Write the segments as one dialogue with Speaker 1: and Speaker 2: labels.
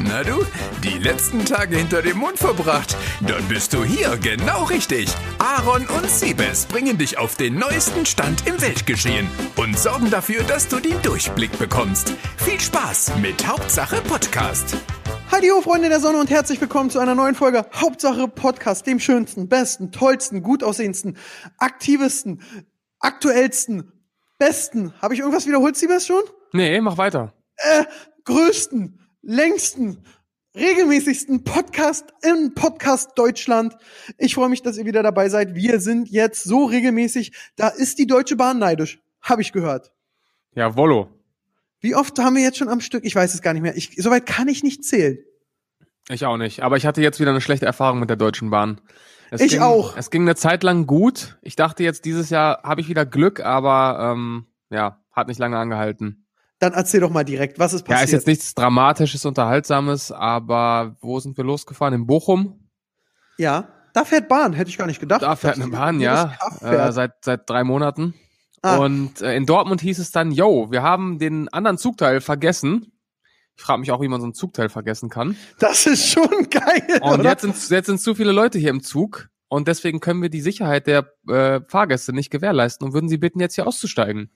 Speaker 1: Na du, die letzten Tage hinter dem Mond verbracht? Dann bist du hier genau richtig. Aaron und Siebes bringen dich auf den neuesten Stand im Weltgeschehen und sorgen dafür, dass du den Durchblick bekommst. Viel Spaß mit Hauptsache Podcast.
Speaker 2: Hi, ho, Freunde der Sonne und herzlich willkommen zu einer neuen Folge Hauptsache Podcast, dem schönsten, besten, tollsten, gut aussehendsten, aktivesten, aktuellsten, besten. Habe ich irgendwas wiederholt, Siebes schon?
Speaker 3: Nee, mach weiter.
Speaker 2: Äh, größten, längsten, regelmäßigsten Podcast in Podcast Deutschland. Ich freue mich, dass ihr wieder dabei seid. Wir sind jetzt so regelmäßig. Da ist die Deutsche Bahn neidisch, habe ich gehört.
Speaker 3: Ja, Wollo.
Speaker 2: Wie oft haben wir jetzt schon am Stück? Ich weiß es gar nicht mehr. Ich, soweit kann ich nicht zählen.
Speaker 3: Ich auch nicht. Aber ich hatte jetzt wieder eine schlechte Erfahrung mit der Deutschen Bahn. Es
Speaker 2: Ich
Speaker 3: ging,
Speaker 2: auch.
Speaker 3: Es ging eine Zeit lang gut. Ich dachte jetzt, dieses Jahr habe ich wieder Glück, aber ähm, ja, hat nicht lange angehalten.
Speaker 2: Dann erzähl doch mal direkt, was ist
Speaker 3: Ja,
Speaker 2: passiert.
Speaker 3: ist jetzt nichts Dramatisches, Unterhaltsames, aber wo sind wir losgefahren? In Bochum?
Speaker 2: ja, da fährt Bahn, hätte ich gar nicht gedacht.
Speaker 3: Da fährt
Speaker 2: dass
Speaker 3: eine
Speaker 2: die-
Speaker 3: Bahn,
Speaker 2: die
Speaker 3: ja.
Speaker 2: das Kaff
Speaker 3: Äh,
Speaker 2: fährt.
Speaker 3: seit, seit drei Monaten.
Speaker 2: Ah.
Speaker 3: Und äh, in Dortmund hieß es dann, yo, wir haben den anderen Zugteil vergessen. Ich frage mich auch, wie man so einen Zugteil vergessen kann.
Speaker 2: Das ist schon geil.
Speaker 3: Und
Speaker 2: oder?
Speaker 3: jetzt sind, jetzt sind zu viele Leute hier im Zug und deswegen können wir die Sicherheit der äh, Fahrgäste nicht gewährleisten und würden sie bitten, jetzt hier auszusteigen.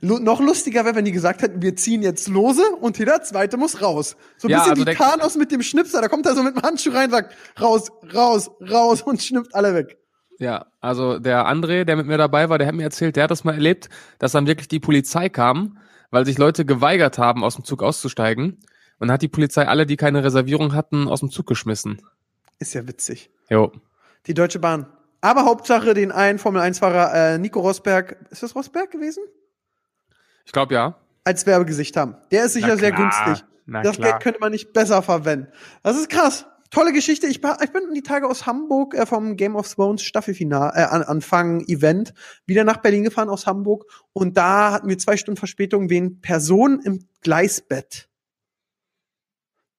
Speaker 2: Lu noch lustiger wäre, wenn die gesagt hätten, wir ziehen jetzt lose und jeder zweite muss raus. So ein
Speaker 3: Ja,
Speaker 2: bisschen
Speaker 3: also
Speaker 2: wie
Speaker 3: der-
Speaker 2: Thanos mit dem Schnipser, da kommt er so mit dem Handschuh rein und sagt, raus, raus, raus und schnippt alle weg.
Speaker 3: Ja, also der André, der mit mir dabei war, der hat mir erzählt, der hat das mal erlebt, dass dann wirklich die Polizei kam, weil sich Leute geweigert haben, aus dem Zug auszusteigen. Und hat die Polizei alle, die keine Reservierung hatten, aus dem Zug geschmissen.
Speaker 2: Ist ja witzig.
Speaker 3: Jo.
Speaker 2: Die Deutsche Bahn. Aber Hauptsache den einen Formel-1-Fahrer äh, Nico Rosberg, ist das Rosberg gewesen?
Speaker 3: Ich glaube ja.
Speaker 2: Als Werbegesicht haben. Der ist sicher sehr
Speaker 3: klar.
Speaker 2: günstig.
Speaker 3: Na
Speaker 2: das
Speaker 3: klar.
Speaker 2: Geld könnte man nicht besser verwenden. Das ist krass. Tolle Geschichte. Ich, war- ich bin die Tage aus Hamburg äh, vom Game of Thrones Staffelfinal äh, an, Anfang Event wieder nach Berlin gefahren aus Hamburg und da hatten wir zwei Stunden Verspätung wegen Personen im Gleisbett.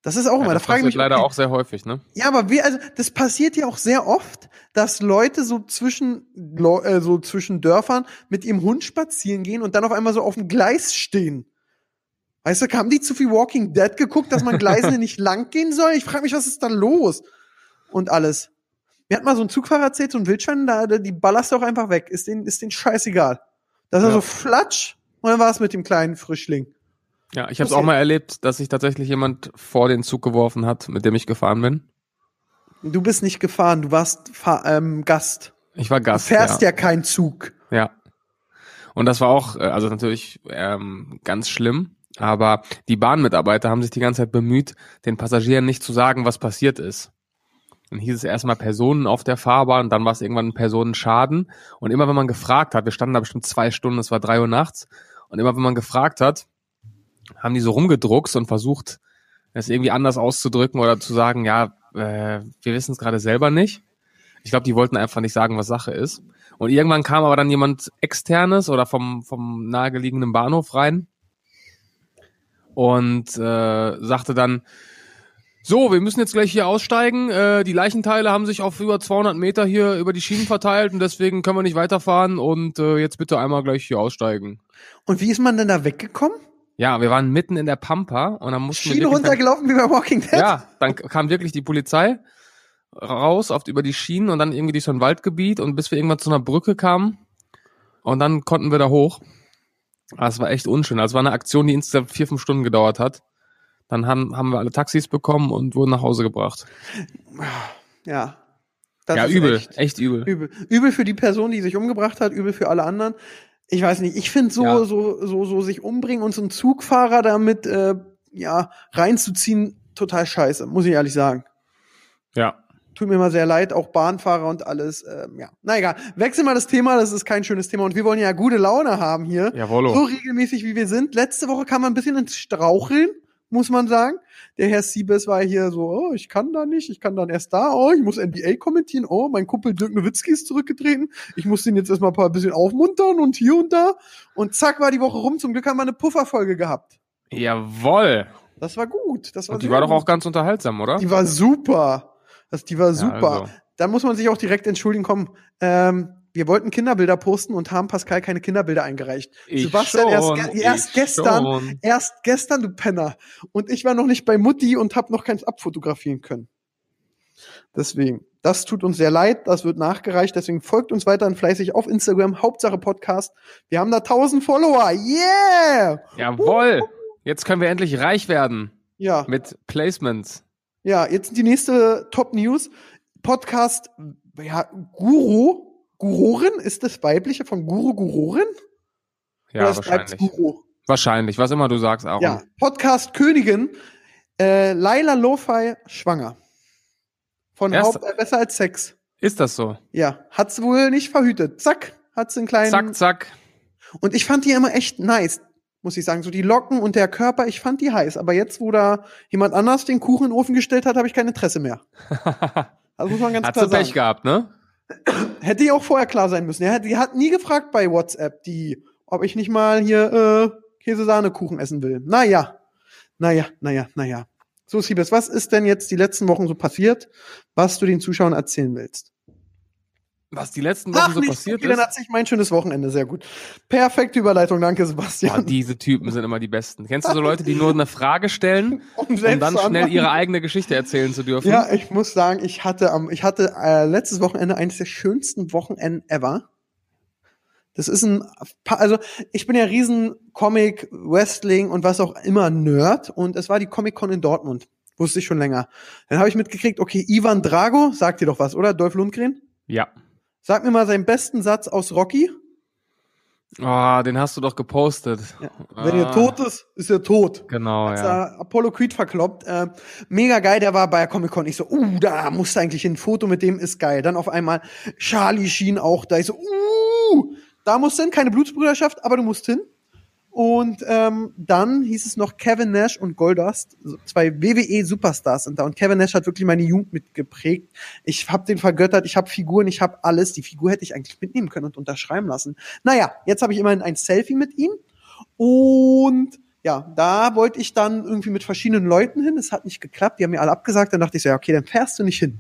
Speaker 2: Das ist auch immer. da
Speaker 3: ja Also das
Speaker 2: Oh, frage ich
Speaker 3: passiert
Speaker 2: mich, ob
Speaker 3: leider
Speaker 2: die-
Speaker 3: auch sehr häufig, ne?
Speaker 2: ja, aber wir, also das passiert ja auch sehr oft, dass Leute so zwischen Leu- äh, so zwischen Dörfern mit ihrem Hund spazieren gehen und dann auf einmal so auf dem Gleis stehen. Weißt du, haben die zu viel Walking Dead geguckt, dass man Gleisen nicht lang gehen soll? Ich frage mich, was ist da los? Und alles. Mir hat mal so ein Zugfahrer erzählt, so ein Wildschwein, da, da- die ballerst du auch einfach weg. Ist den, ist den scheißegal. Das ist
Speaker 3: Ja.
Speaker 2: so flatsch und dann war es mit dem kleinen Frischling.
Speaker 3: Ja, ich habe es auch mal erlebt, dass sich tatsächlich jemand vor den Zug geworfen hat, mit dem ich gefahren bin.
Speaker 2: Du bist nicht gefahren, du warst Fahr ähm, Gast.
Speaker 3: Ich war Gast.
Speaker 2: du fährst ja keinen Zug.
Speaker 3: Ja. Und das war auch, äh, also natürlich ähm, ganz schlimm, aber die Bahnmitarbeiter haben sich die ganze Zeit bemüht, den Passagieren nicht zu sagen, was passiert ist. Dann hieß es erstmal Personen auf der Fahrbahn, dann war es irgendwann Personenschaden. Und immer wenn man gefragt hat, wir standen da bestimmt zwei Stunden, es war drei Uhr nachts, und immer wenn man gefragt hat, haben die so rumgedruckst und versucht, es irgendwie anders auszudrücken oder zu sagen, ja, äh, wir wissen es gerade selber nicht. Ich glaube, die wollten einfach nicht sagen, was Sache ist. Und irgendwann kam aber dann jemand externes oder vom, vom nahegelegenen Bahnhof rein und äh, sagte dann, so, wir müssen jetzt gleich hier aussteigen. Äh, die Leichenteile haben sich auf über 200 Meter hier über die Schienen verteilt und deswegen können wir nicht weiterfahren und äh, jetzt bitte einmal gleich hier aussteigen.
Speaker 2: Und wie ist man denn da weggekommen?
Speaker 3: Ja, wir waren mitten in der Pampa und dann mussten wir
Speaker 2: Schiene
Speaker 3: wirklich-
Speaker 2: runtergelaufen wie bei Walking Dead?
Speaker 3: Ja, dann kam wirklich die Polizei raus, oft über die Schienen und dann irgendwie durch so ein Waldgebiet und bis wir irgendwann zu einer Brücke kamen und dann konnten wir da hoch. Aber es war echt unschön. Also es war eine Aktion, die insgesamt vier, fünf Stunden gedauert hat. Dann haben, haben wir alle Taxis bekommen und wurden nach Hause gebracht.
Speaker 2: Ja. Das
Speaker 3: ja,
Speaker 2: ist
Speaker 3: übel, echt,
Speaker 2: echt
Speaker 3: übel.
Speaker 2: übel. Übel für die Person, die sich umgebracht hat, übel für alle anderen. Ich weiß nicht, ich finde so,
Speaker 3: Ja.
Speaker 2: so, so, so sich umbringen und so einen Zugfahrer damit äh, ja, reinzuziehen, total scheiße, muss ich ehrlich sagen.
Speaker 3: Ja.
Speaker 2: Tut mir mal sehr leid, auch Bahnfahrer und alles. Ähm, ja, na egal. Wechseln mal das Thema, das ist kein schönes Thema. Und wir wollen ja gute Laune haben hier. So
Speaker 3: Jawollo.
Speaker 2: regelmäßig wie wir sind. Letzte Woche kam man ein bisschen ins Straucheln, muss man sagen. Der Herr Siebes war hier so, oh, ich kann da nicht, ich kann dann erst da, oh, ich muss NBA kommentieren, oh, mein Kumpel Dirk Nowitzki ist zurückgetreten, ich muss den jetzt erstmal ein paar bisschen aufmuntern und hier und da. Und zack war die Woche rum. Zum Glück haben wir eine Pufferfolge gehabt.
Speaker 3: Jawoll.
Speaker 2: Das war gut. Das war
Speaker 3: Und die
Speaker 2: sehr
Speaker 3: war doch
Speaker 2: gut.
Speaker 3: auch ganz unterhaltsam, oder?
Speaker 2: Die war super. Das, die war super.
Speaker 3: Ja, also.
Speaker 2: Dann muss man sich auch direkt entschuldigen, komm, ähm, Wir wollten Kinderbilder posten und haben Pascal keine Kinderbilder eingereicht.
Speaker 3: Ich
Speaker 2: Sebastian,
Speaker 3: schon,
Speaker 2: erst, ge- erst
Speaker 3: ich
Speaker 2: gestern,
Speaker 3: schon.
Speaker 2: erst gestern, du Penner. Und ich war noch nicht bei Mutti und habe noch keins abfotografieren können. Deswegen, das tut uns sehr leid, das wird nachgereicht, deswegen folgt uns weiterhin fleißig auf Instagram, Hauptsache Podcast. Wir haben da 1000 Follower, yeah!
Speaker 3: Jawohl.
Speaker 2: Uh,
Speaker 3: Jetzt können wir endlich reich werden
Speaker 2: Ja,
Speaker 3: mit Placements.
Speaker 2: ja, jetzt die nächste Top News. Podcast, ja, Guru, Gurorin, ist das weibliche von Guru, Gurorin?
Speaker 3: Ja,
Speaker 2: es bleibt's
Speaker 3: wahrscheinlich.
Speaker 2: Guru?
Speaker 3: Wahrscheinlich, was immer du sagst, Aaron.
Speaker 2: Ja, Podcast Königin, äh, Laila Lo-Fi, schwanger. Von
Speaker 3: Erst-
Speaker 2: Haupt äh, besser als Sex.
Speaker 3: Ist das so?
Speaker 2: Ja, hat's wohl nicht verhütet. Zack, hat's einen kleinen.
Speaker 3: Zack, zack.
Speaker 2: Und ich fand die immer echt nice, muss ich sagen. So die Locken und der Körper, ich fand die heiß. Aber jetzt, wo da jemand anders den Kuchen in den Ofen gestellt hat, habe ich kein Interesse mehr. Das muss man ganz
Speaker 3: Hat
Speaker 2: klar
Speaker 3: sie
Speaker 2: sagen.
Speaker 3: Pech gehabt, ne?
Speaker 2: Hätte ja auch vorher klar sein müssen. Er hat, die hat nie gefragt bei WhatsApp, die, ob ich nicht mal hier äh, Käse-Sahne-Kuchen essen will. Naja, naja, naja, naja. So, Siebes, was ist denn jetzt die letzten Wochen so passiert, was du den Zuschauern erzählen willst?
Speaker 3: Was die letzten Wochen so
Speaker 2: nicht
Speaker 3: passiert
Speaker 2: viel, dann
Speaker 3: ist.
Speaker 2: hat sich mein schönes Wochenende sehr gut. Perfekte Überleitung, danke,
Speaker 3: Boah,
Speaker 2: Sebastian.
Speaker 3: diese Typen sind immer die besten. Kennst du so Leute, die nur eine Frage stellen,
Speaker 2: Um
Speaker 3: um
Speaker 2: selbst
Speaker 3: dann
Speaker 2: zu
Speaker 3: schnell
Speaker 2: antworten.
Speaker 3: ihre eigene Geschichte erzählen zu dürfen?
Speaker 2: Ja, ich muss sagen, ich hatte am, ich hatte äh, letztes Wochenende eines der schönsten Wochenenden ever. Das ist ein, pa also ich bin ja riesen Comic, Wrestling und was auch immer Nerd und es war die Comic Con in Dortmund, wusste ich schon länger. Dann habe ich mitgekriegt, okay, Ivan Drago, sagt dir doch was, oder Dolph Lundgren?
Speaker 3: Ja.
Speaker 2: Sag mir mal seinen besten Satz aus Rocky.
Speaker 3: Ah, den hast du doch gepostet.
Speaker 2: Ja.
Speaker 3: Ah,
Speaker 2: Wenn ihr tot ist, ist ihr tot.
Speaker 3: Genau,
Speaker 2: Hat's
Speaker 3: ja.
Speaker 2: da Apollo Creed verkloppt. Äh, mega geil, der war bei Comic Con. Ich so, uh, da musst du eigentlich hin. Foto mit dem ist geil. Dann auf einmal Charlie Sheen auch da. Ich so, uh, da musst du hin. Keine Blutsbrüderschaft, aber du musst hin. Und ähm, dann hieß es noch Kevin Nash und Goldust, so zwei WWE Superstars sind da. Und Kevin Nash hat wirklich meine Jugend mitgeprägt. Ich habe den vergöttert, ich habe Figuren, ich habe alles. Die Figur hätte ich eigentlich mitnehmen können und unterschreiben lassen. Naja, jetzt habe ich immerhin ein Selfie mit ihm. Und ja, da wollte ich dann irgendwie mit verschiedenen Leuten hin. Es hat nicht geklappt. Die haben mir alle abgesagt. Dann dachte ich so, ja, okay, dann fährst du nicht hin.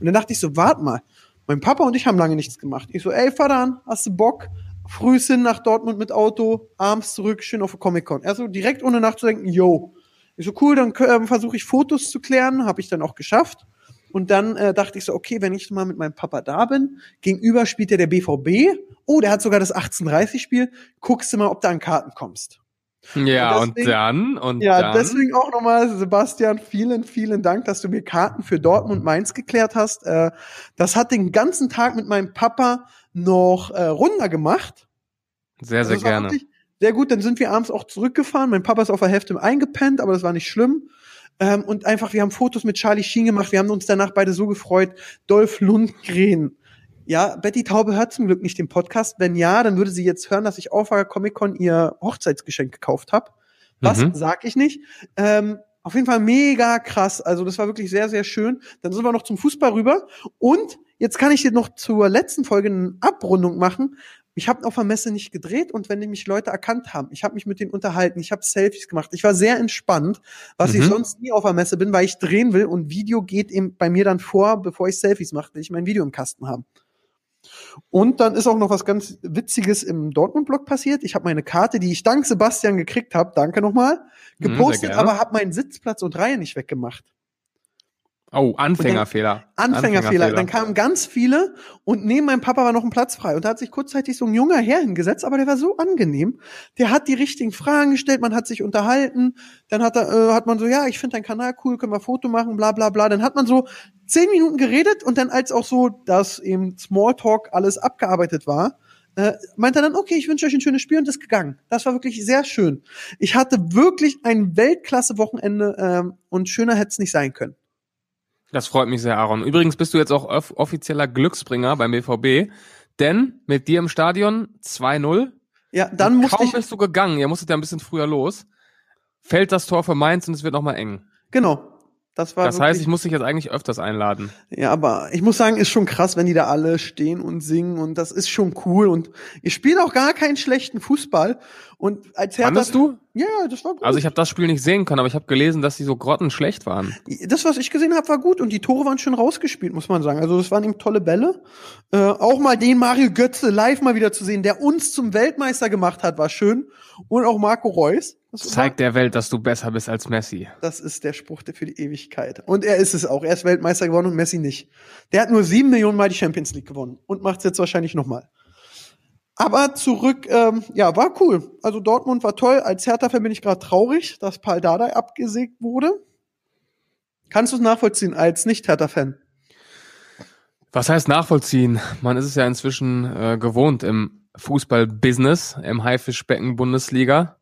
Speaker 2: Und dann dachte ich so, warte mal. Mein Papa und ich haben lange nichts gemacht. Ich so, ey, fahr an, hast du Bock? Frühs hin nach Dortmund mit Auto, abends zurück, schön auf der Comic-Con. Also direkt ohne nachzudenken, yo. Ich so, cool, dann ähm, versuche ich Fotos zu klären, habe ich dann auch geschafft. Und dann äh, dachte ich so, okay, wenn ich mal mit meinem Papa da bin, gegenüber spielt ja der BVB. Oh, der hat sogar das 1830-Spiel. Guckst du mal, ob du an Karten kommst.
Speaker 3: Ja,
Speaker 2: Und
Speaker 3: und,
Speaker 2: deswegen-
Speaker 3: dann, und
Speaker 2: Ja,
Speaker 3: dann.
Speaker 2: deswegen auch nochmal, Sebastian, vielen, vielen Dank, dass du mir Karten für Dortmund Mainz geklärt hast. Äh, das hat den ganzen Tag mit meinem Papa noch äh, runder gemacht.
Speaker 3: sehr, sehr
Speaker 2: Das war
Speaker 3: gerne.
Speaker 2: also wirklich Sehr gut, dann sind wir abends auch zurückgefahren. Mein Papa ist auf der Hälfte eingepennt, aber das war nicht schlimm. Ähm, und einfach, wir haben Fotos mit Charlie Sheen gemacht. Wir haben uns danach beide so gefreut. Dolph Lundgren. Ja, Betty Taube hört zum Glück nicht den Podcast. Wenn ja, dann würde sie jetzt hören, dass ich auf der Comic-Con ihr Hochzeitsgeschenk gekauft habe. Was
Speaker 3: Mhm.
Speaker 2: sag ich nicht? Ähm, auf jeden Fall mega krass. Also das war wirklich sehr, sehr schön. Dann sind wir noch zum Fußball rüber. Und jetzt kann ich dir noch zur letzten Folge eine Abrundung machen. Ich habe auf der Messe nicht gedreht und wenn mich Leute erkannt haben, ich habe mich mit denen unterhalten, ich habe Selfies gemacht, ich war sehr entspannt, was ich
Speaker 3: Mhm.
Speaker 2: sonst nie auf der Messe bin, weil ich drehen will und Video geht eben bei mir dann vor, bevor ich Selfies mache, will ich mein Video im Kasten haben. Und dann ist auch noch was ganz Witziges im Dortmund-Blog passiert. Ich habe meine Karte, die ich dank Sebastian gekriegt habe, danke nochmal,
Speaker 3: Mhm, sehr
Speaker 2: gepostet,
Speaker 3: gerne.
Speaker 2: aber habe meinen Sitzplatz und Reihe nicht weggemacht.
Speaker 3: Oh, Anfängerfehler.
Speaker 2: Anfängerfehler. Dann kamen ganz viele und neben meinem Papa war noch ein Platz frei. Und da hat sich kurzzeitig so ein junger Herr hingesetzt, aber der war so angenehm. Der hat die richtigen Fragen gestellt, man hat sich unterhalten. Dann hat, er, äh, hat man so, ja, ich finde deinen Kanal cool, können wir ein Foto machen, bla bla bla. Dann hat man so zehn Minuten geredet und dann als auch so, dass eben Smalltalk alles abgearbeitet war, äh, meinte er dann, okay, ich wünsche euch ein schönes Spiel und ist gegangen. Das war wirklich sehr schön. Ich hatte wirklich ein Weltklasse-Wochenende ähm, und schöner hätte es nicht sein können.
Speaker 3: Das freut mich sehr, Aaron. Übrigens bist du jetzt auch off offizieller Glücksbringer beim BVB, denn mit dir im Stadion 2-0.
Speaker 2: Ja, dann
Speaker 3: Und
Speaker 2: musste
Speaker 3: Kaum
Speaker 2: ich
Speaker 3: bist du gegangen, ihr musstet ja ein bisschen früher los. Fällt das Tor für Mainz und es wird nochmal eng.
Speaker 2: Genau. Das war
Speaker 3: Das heißt, ich muss dich jetzt eigentlich öfters einladen.
Speaker 2: Ja, aber ich muss sagen, ist schon krass, wenn die da alle stehen und singen und das ist schon cool und ihr spielt auch gar keinen schlechten Fußball und als Hertha
Speaker 3: Fandest du?
Speaker 2: Ja, ja, das war gut.
Speaker 3: Also ich habe das Spiel nicht sehen können, aber ich habe gelesen, dass die so grottenschlecht waren.
Speaker 2: das was ich gesehen habe, war gut und die Tore waren schön rausgespielt, muss man sagen. Also das waren eben tolle Bälle. Äh, auch mal den Mario Götze live mal wieder zu sehen, der uns zum Weltmeister gemacht hat, war schön und auch Marco Reus. Das war-
Speaker 3: Zeig der Welt, dass du besser bist als Messi.
Speaker 2: Das ist der Spruch der für die Ewigkeit. Und er ist es auch. Er ist Weltmeister geworden und Messi nicht. Der hat nur sieben Millionen Mal die Champions League gewonnen und macht es jetzt wahrscheinlich nochmal. Aber zurück, ähm, ja, war cool. Also Dortmund war toll. Als Hertha-Fan bin ich gerade traurig, dass Paul Dardai abgesägt wurde. Kannst du es nachvollziehen als Nicht-Hertha-Fan?
Speaker 3: Was heißt nachvollziehen? Man ist es ja inzwischen äh, gewohnt im Fußball-Business, im Haifischbecken-Bundesliga.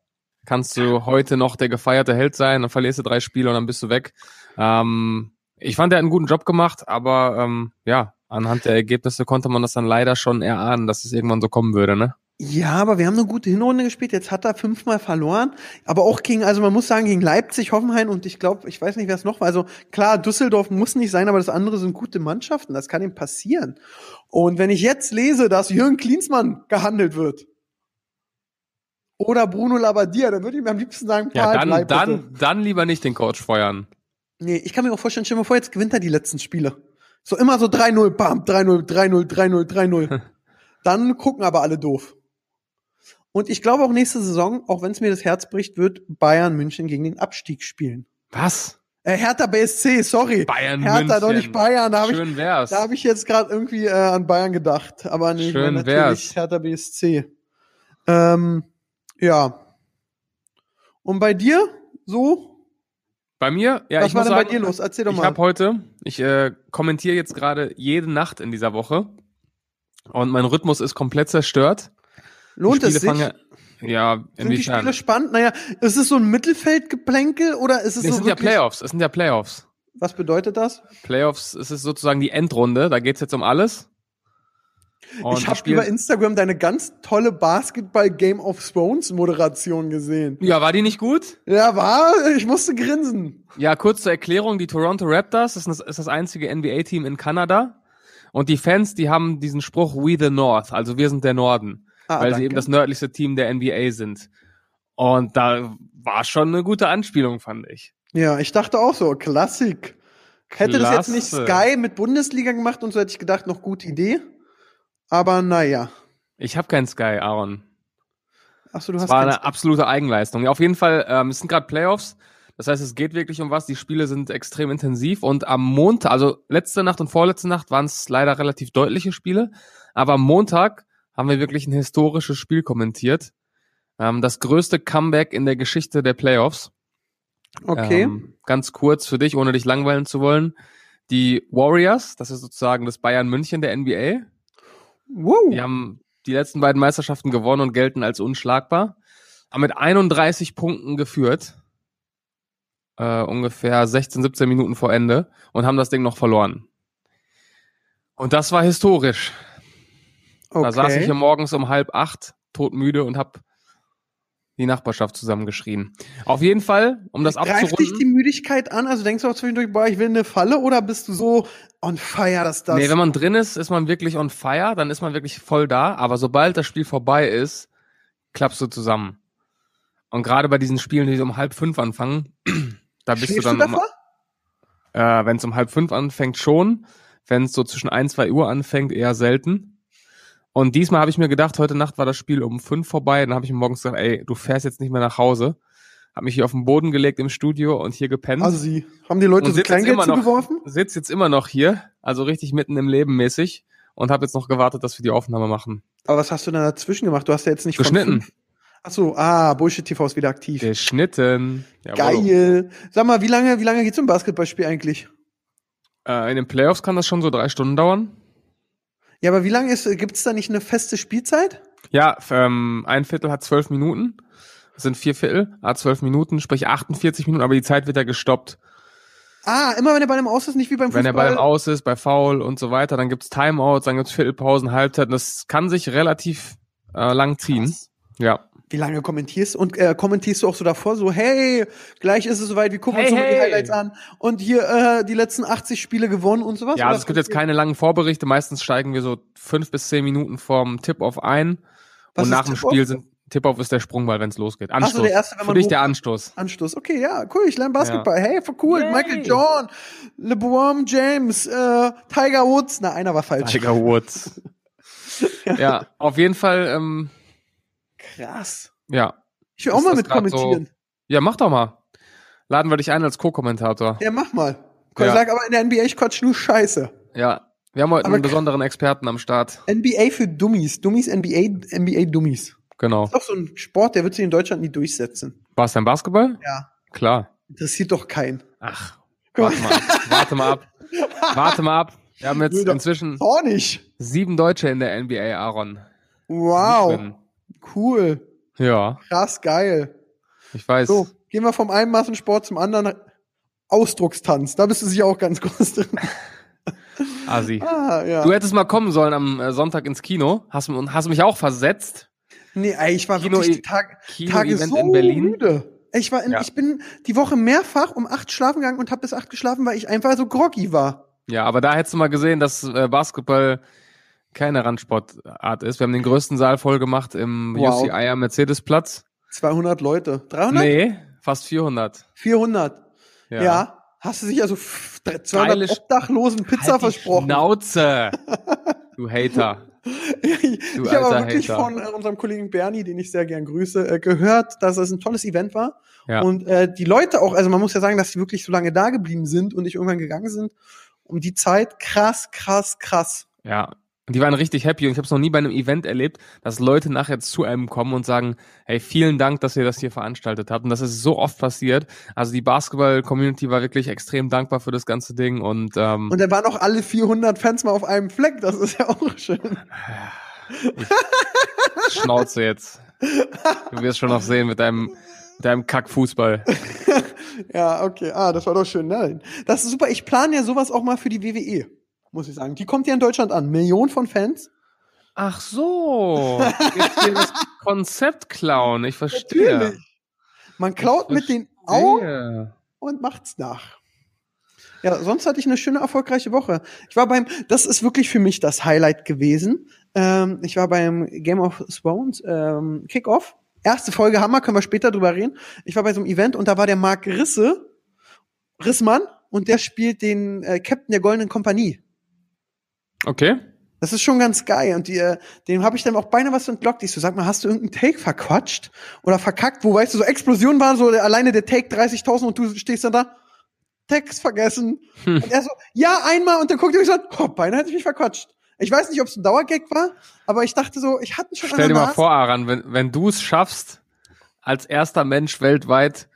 Speaker 3: Kannst du heute noch der gefeierte Held sein, dann verlierst du drei Spiele und dann bist du weg. Ähm, ich fand, er hat einen guten Job gemacht, aber ähm, ja, anhand der Ergebnisse konnte man das dann leider schon erahnen, dass es irgendwann so kommen würde, ne?
Speaker 2: Ja, aber wir haben eine gute Hinrunde gespielt. Jetzt hat er fünfmal verloren. Aber auch gegen, also man muss sagen, gegen Leipzig, Hoffenheim und ich glaube, ich weiß nicht, wer es noch war. Also klar, Düsseldorf muss nicht sein, aber das andere sind gute Mannschaften. Das kann ihm passieren. Und wenn ich jetzt lese, dass Jürgen Klinsmann gehandelt wird oder Bruno Labbadia, dann würde ich mir am liebsten sagen,
Speaker 3: Ja,
Speaker 2: Karl,
Speaker 3: dann,
Speaker 2: bleib bitte.
Speaker 3: dann, dann lieber nicht den Coach feuern.
Speaker 2: Nee, ich kann mir auch vorstellen, stell dir mal vor, jetzt gewinnt er die letzten Spiele. So immer so 3-0, bam, 3-0, 3-0, 3-0, 3-0. Dann gucken aber alle doof. Und ich glaube auch nächste Saison, auch wenn es mir das Herz bricht, wird Bayern München gegen den Abstieg spielen.
Speaker 3: Was?
Speaker 2: Äh, Hertha BSC, sorry.
Speaker 3: Bayern
Speaker 2: Hertha, doch
Speaker 3: München.
Speaker 2: nicht Bayern. Da habe ich,
Speaker 3: Schön wär's.
Speaker 2: da hab ich jetzt gerade irgendwie äh, an Bayern gedacht. Aber nee, ich
Speaker 3: Schön
Speaker 2: meine
Speaker 3: wär's.
Speaker 2: Hertha BSC. Ähm, ja. Und bei dir so?
Speaker 3: Bei mir? Ja,
Speaker 2: Was
Speaker 3: ich
Speaker 2: war
Speaker 3: muss
Speaker 2: denn
Speaker 3: sagen,
Speaker 2: bei dir los? Erzähl doch
Speaker 3: Ich
Speaker 2: mal.
Speaker 3: habe heute, ich äh, kommentiere jetzt gerade jede Nacht in dieser Woche und mein Rhythmus ist komplett zerstört.
Speaker 2: Lohnt
Speaker 3: Die
Speaker 2: es
Speaker 3: Spiele
Speaker 2: sich?
Speaker 3: fangen- ja,
Speaker 2: Sind die Spiele
Speaker 3: inwiefern?
Speaker 2: spannend? Naja, ist es so ein Mittelfeldgeplänkel oder ist es
Speaker 3: Nee, Es
Speaker 2: so
Speaker 3: sind ja
Speaker 2: wirklich-
Speaker 3: Playoffs, es sind ja Playoffs.
Speaker 2: Was bedeutet das?
Speaker 3: Playoffs, es ist sozusagen die Endrunde, da geht's jetzt um alles. Und
Speaker 2: ich
Speaker 3: die
Speaker 2: habe
Speaker 3: Spiele-
Speaker 2: über Instagram deine ganz tolle Basketball Game of Thrones Moderation gesehen.
Speaker 3: ja, war die nicht gut?
Speaker 2: Ja, war, ich musste grinsen.
Speaker 3: Ja, kurz zur Erklärung, die Toronto Raptors ist das, ist das einzige NBA-Team in Kanada und die Fans, die haben diesen Spruch We the North, also wir sind der Norden.
Speaker 2: Ah,
Speaker 3: weil
Speaker 2: danke.
Speaker 3: sie eben das nördlichste Team der NBA sind. Und da war schon eine gute Anspielung, fand ich.
Speaker 2: ja, ich dachte auch so, Klassik. Hätte das jetzt nicht
Speaker 3: Klasse.
Speaker 2: Sky mit Bundesliga gemacht und so hätte ich gedacht, noch gute Idee. Aber naja.
Speaker 3: Ich habe kein Sky, Aaron.
Speaker 2: Achso, du
Speaker 3: Das
Speaker 2: hast
Speaker 3: war
Speaker 2: kein-
Speaker 3: eine absolute Eigenleistung. Ja, auf jeden Fall, ähm, es sind gerade Playoffs. Das heißt, es geht wirklich um was. Die Spiele sind extrem intensiv und am Montag, also letzte Nacht und vorletzte Nacht waren es leider relativ deutliche Spiele, aber am Montag haben wir wirklich ein historisches Spiel kommentiert. Ähm, das größte Comeback in der Geschichte der Playoffs.
Speaker 2: Okay.
Speaker 3: Ähm, ganz kurz für dich, ohne dich langweilen zu wollen. Die Warriors, das ist sozusagen das Bayern München der NBA.
Speaker 2: wow.
Speaker 3: Die haben die letzten beiden Meisterschaften gewonnen und gelten als unschlagbar. Haben mit 31 Punkten geführt. Äh, ungefähr 16, 17 Minuten vor Ende und haben das Ding noch verloren. Und das war historisch.
Speaker 2: okay.
Speaker 3: Da saß ich hier morgens um halb acht, todmüde und hab die Nachbarschaft zusammengeschrien. Auf jeden Fall, um das
Speaker 2: Greift dich die
Speaker 3: abzurunden.
Speaker 2: Müdigkeit an? Also denkst du auch zwischendurch, boah, ich will eine Falle oder bist du so on fire, dass das.
Speaker 3: Nee, wenn man drin ist, ist man wirklich on fire, dann ist man wirklich voll da, aber sobald das Spiel vorbei ist, klappst du zusammen. Und gerade bei diesen Spielen, die so um halb fünf anfangen, da bist
Speaker 2: Schläfst
Speaker 3: du dann, um,
Speaker 2: davor?
Speaker 3: äh, wenn es um halb fünf anfängt, schon. Wenn es so zwischen ein, zwei Uhr anfängt, eher selten. Und diesmal habe ich mir gedacht, heute Nacht war das Spiel um fünf vorbei. Dann habe ich mir morgens gesagt, ey, du fährst jetzt nicht mehr nach Hause. Hab mich hier auf den Boden gelegt im Studio und hier gepennt.
Speaker 2: Also sie haben die Leute
Speaker 3: Und
Speaker 2: so
Speaker 3: sitzt jetzt
Speaker 2: Kleingeld
Speaker 3: immer noch.
Speaker 2: zugeworfen?
Speaker 3: sitz jetzt immer noch hier, also richtig mitten im Leben mäßig und habe jetzt noch gewartet, dass wir die Aufnahme machen.
Speaker 2: Aber was hast du denn dazwischen gemacht? Du hast ja jetzt nicht
Speaker 3: Geschnitten.
Speaker 2: Achso, ah, Bullshit TV ist wieder aktiv.
Speaker 3: Geschnitten. Jawohl.
Speaker 2: Geil. Sag mal, wie lange, wie lange geht's zum Basketballspiel eigentlich?
Speaker 3: Äh, in den Playoffs kann das schon so drei Stunden dauern.
Speaker 2: Ja, aber wie lange ist, äh, gibt's da nicht eine feste Spielzeit?
Speaker 3: Ja, f- ähm, ein Viertel hat zwölf Minuten. Das sind vier Viertel, hat zwölf Minuten, sprich 48 Minuten, aber die Zeit wird ja gestoppt.
Speaker 2: Ah, immer wenn der Ball im Aus ist, nicht wie beim Fußball.
Speaker 3: Wenn der Ball im Aus ist, bei Foul und so weiter, dann gibt's Timeouts, dann gibt's Viertelpausen, Halbzeiten. Das kann sich relativ äh, lang ziehen. Ja.
Speaker 2: Wie lange kommentierst du? Und äh, kommentierst du auch so davor, so, hey, gleich ist es soweit, wir gucken
Speaker 3: Hey,
Speaker 2: uns nochmal die
Speaker 3: hey.
Speaker 2: Highlights an und hier äh, die letzten 80 Spiele gewonnen und sowas?
Speaker 3: Ja,
Speaker 2: Oder
Speaker 3: also es gibt jetzt keine langen Vorberichte. Meistens steigen wir so fünf bis zehn Minuten vorm Tip-Off ein.
Speaker 2: Was
Speaker 3: und
Speaker 2: ist
Speaker 3: nach dem
Speaker 2: Tip-Off?
Speaker 3: Spiel sind Tip-Off ist der Sprungball, wenn es losgeht.
Speaker 2: so,
Speaker 3: Anstoß.
Speaker 2: der erste, wenn
Speaker 3: Für
Speaker 2: man
Speaker 3: dich
Speaker 2: hoch-
Speaker 3: der Anstoß.
Speaker 2: Anstoß. Okay, ja, cool, ich lerne Basketball. Hey, voll cool.
Speaker 3: Yay.
Speaker 2: Michael Jordan, LeBron James, äh, Tiger Woods. Na, einer war falsch.
Speaker 3: Tiger Woods. ja, auf jeden Fall, ähm,
Speaker 2: Krass.
Speaker 3: ja.
Speaker 2: Ich will auch
Speaker 3: Ist
Speaker 2: mal
Speaker 3: das
Speaker 2: mit
Speaker 3: grad so-
Speaker 2: kommentieren.
Speaker 3: Ja, mach doch mal. Laden wir dich ein als Co-Kommentator.
Speaker 2: Ja, mach mal.
Speaker 3: Ja.
Speaker 2: Sag aber in der NBA, ich quatsch nur Scheiße.
Speaker 3: Ja. Wir haben heute
Speaker 2: Aber
Speaker 3: einen
Speaker 2: k-
Speaker 3: besonderen Experten am Start.
Speaker 2: NBA für Dummies. Dummies, NBA, NBA Dummies.
Speaker 3: Genau.
Speaker 2: Ist doch so ein Sport, der wird sich in Deutschland nie durchsetzen.
Speaker 3: War es dein Basketball?
Speaker 2: Ja.
Speaker 3: Klar.
Speaker 2: Interessiert doch keinen.
Speaker 3: Ach.
Speaker 2: Guck
Speaker 3: Warte mal ab. Warte mal ab. Warte mal ab. Wir haben jetzt
Speaker 2: Brüder.
Speaker 3: inzwischen
Speaker 2: Zornig.
Speaker 3: sieben Deutsche in der NBA, Aaron.
Speaker 2: Wow.
Speaker 3: Sieben.
Speaker 2: Cool.
Speaker 3: Ja,
Speaker 2: Krass, geil.
Speaker 3: ich weiß.
Speaker 2: So, gehen wir vom einen Massensport zum anderen. Ausdruckstanz. Da bist du sicher auch ganz groß drin.
Speaker 3: Asi.
Speaker 2: Ah,
Speaker 3: Du
Speaker 2: ja.
Speaker 3: hättest mal kommen sollen am äh, Sonntag ins Kino. Hast, m- hast mich auch versetzt.
Speaker 2: Nee, ey, ich war
Speaker 3: Kino-
Speaker 2: wirklich die Tag Tage
Speaker 3: Kino-Event
Speaker 2: so
Speaker 3: in Berlin.
Speaker 2: müde. Ich war in,
Speaker 3: Ja.
Speaker 2: ich bin die Woche mehrfach um acht schlafen gegangen und habe bis acht geschlafen, weil ich einfach so groggy war.
Speaker 3: Ja, aber da hättest du mal gesehen, dass äh, Basketball keine Randsportart ist. Wir haben den größten Saal voll gemacht im
Speaker 2: Wow.
Speaker 3: UCI am Mercedesplatz.
Speaker 2: 200 Leute. 300?
Speaker 3: Nee, fast 400.
Speaker 2: 400. Ja.
Speaker 3: Ja.
Speaker 2: Hast du sich also f- 200
Speaker 3: Geile Sch-
Speaker 2: Obdachlosen Pizza
Speaker 3: halt die
Speaker 2: versprochen?
Speaker 3: Schnauze. Du Hater.
Speaker 2: ich
Speaker 3: Du
Speaker 2: ich habe aber
Speaker 3: alter
Speaker 2: wirklich
Speaker 3: Hater.
Speaker 2: von äh, unserem Kollegen Bernie, den ich sehr gern grüße, äh, gehört, dass es ein tolles Event war.
Speaker 3: Ja.
Speaker 2: Und äh, die Leute auch, also man muss ja sagen, dass sie wirklich so lange da geblieben sind und nicht irgendwann gegangen sind. Um die Zeit, krass, krass, krass.
Speaker 3: Ja. Und die waren richtig happy und ich habe es noch nie bei einem Event erlebt, dass Leute nachher zu einem kommen und sagen, hey, vielen Dank, dass ihr das hier veranstaltet habt. Und das ist so oft passiert. Also die Basketball-Community war wirklich extrem dankbar für das ganze Ding und, ähm,
Speaker 2: Und dann waren auch alle 400 Fans mal auf einem Fleck. Das ist ja auch schön.
Speaker 3: Schnauze jetzt. Du wirst schon noch sehen mit deinem, mit deinem Kackfußball.
Speaker 2: Ja, okay. Ah, das war doch schön. Nein. Das ist super. Ich plane ja sowas auch mal für die WWE, muss ich sagen. Die kommt ja in Deutschland an. Millionen von Fans.
Speaker 3: Ach so. Jetzt hier das Konzept klauen. Ich verstehe.
Speaker 2: Man klaut mit den Augen
Speaker 3: Verstehe.
Speaker 2: und macht's nach. Ja, sonst hatte ich eine schöne, erfolgreiche Woche. Ich war beim, das ist wirklich für mich das Highlight gewesen. Ähm, ich war beim Game of Thrones ähm, Kickoff. Erste Folge Hammer, können wir später drüber reden. Ich war bei so einem Event und da war der Marc Risse, Rissmann, und der spielt den äh, Captain der Goldenen Kompanie.
Speaker 3: Okay.
Speaker 2: Das ist schon ganz geil. Und die, äh, dem habe ich dann auch beinahe was entlockt. Ich so, sag mal, hast du irgendeinen Take verquatscht oder verkackt? Wo weißt du, so Explosion war, so der, alleine der Take 30.000 und du stehst dann da, Text vergessen.
Speaker 3: Hm.
Speaker 2: Und er so, ja, einmal. Und dann guckt er mich so, an, oh, beinahe hätte ich mich verquatscht. Ich weiß nicht, ob es ein Dauergag war, aber ich dachte so, ich hatte ihn schon an
Speaker 3: Stell dir
Speaker 2: der
Speaker 3: mal
Speaker 2: Nase.
Speaker 3: vor, Aran, wenn, wenn du es schaffst, als erster Mensch weltweit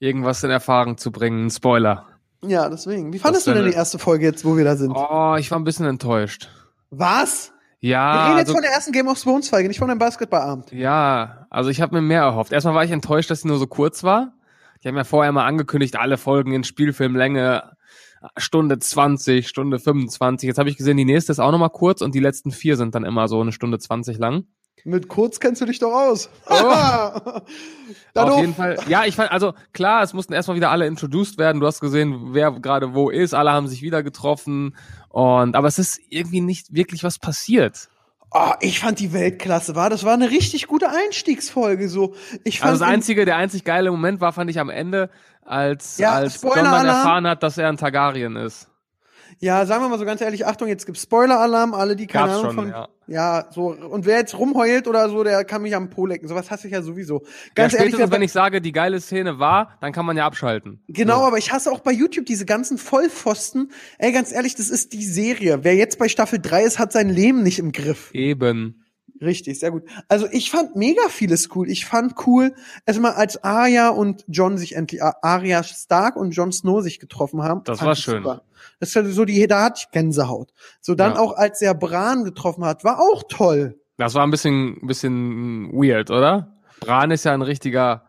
Speaker 3: irgendwas in Erfahrung zu bringen, ein Spoiler.
Speaker 2: Ja, deswegen. Wie fandest
Speaker 3: Das
Speaker 2: du denn
Speaker 3: wäre-
Speaker 2: die erste Folge jetzt, wo wir da sind?
Speaker 3: Oh, ich war ein bisschen enttäuscht.
Speaker 2: Was? Wir
Speaker 3: Ja,
Speaker 2: reden jetzt
Speaker 3: also,
Speaker 2: von der ersten Game of Thrones Folge, nicht von einem Basketballabend.
Speaker 3: ja, also ich habe mir mehr erhofft. Erstmal war ich enttäuscht, dass sie nur so kurz war. Die haben ja vorher mal angekündigt, alle Folgen in Spielfilmlänge, Stunde 20, Stunde 25. Jetzt habe ich gesehen, die nächste ist auch nochmal kurz und die letzten vier sind dann immer so eine Stunde 20 lang.
Speaker 2: Mit kurz kennst du dich doch aus.
Speaker 3: Oh. Auf
Speaker 2: Dadurch-
Speaker 3: jeden Fall. Ja, ich fand, also klar, es mussten erstmal wieder alle introduced werden. Du hast gesehen, wer gerade wo ist. Alle haben sich wieder getroffen. Und, aber es ist irgendwie nicht wirklich was passiert.
Speaker 2: Oh, ich fand die Weltklasse war. Das war eine richtig gute Einstiegsfolge. So, ich fand
Speaker 3: Also das einzige, der einzig geile Moment war, fand ich am Ende, als,
Speaker 2: Ja,
Speaker 3: als John
Speaker 2: Spoiler-Alarm.
Speaker 3: dann erfahren hat, dass er ein Targaryen ist.
Speaker 2: ja, sagen wir mal so ganz ehrlich, Achtung, jetzt gibt's Spoiler-Alarm. Alle die keine
Speaker 3: Gab's
Speaker 2: Ahnung
Speaker 3: schon,
Speaker 2: von,
Speaker 3: ja.
Speaker 2: so und wer jetzt rumheult oder so, der kann mich am Po lecken. Sowas hasse ich ja sowieso. Ganz
Speaker 3: ja,
Speaker 2: ehrlich,
Speaker 3: spätestens,
Speaker 2: wer
Speaker 3: wenn
Speaker 2: bei,
Speaker 3: ich sage, die geile Szene war, dann kann man ja abschalten.
Speaker 2: genau,
Speaker 3: So.
Speaker 2: aber ich hasse auch bei YouTube diese ganzen Vollpfosten. Ey, ganz ehrlich, das ist die Serie. Wer jetzt bei Staffel 3 ist, hat sein Leben nicht im Griff.
Speaker 3: Eben.
Speaker 2: Richtig, sehr gut. Also ich fand mega vieles cool. Ich fand cool, erstmal als Arya und John sich endlich, A- Arya Stark und Jon Snow sich getroffen haben.
Speaker 3: Das
Speaker 2: fand
Speaker 3: war
Speaker 2: ich
Speaker 3: schön.
Speaker 2: Das war so die, da hatte ich Gänsehaut. So dann
Speaker 3: Ja.
Speaker 2: auch als er Bran getroffen hat, war auch toll.
Speaker 3: Das war ein bisschen, bisschen weird, oder? Bran ist ja ein richtiger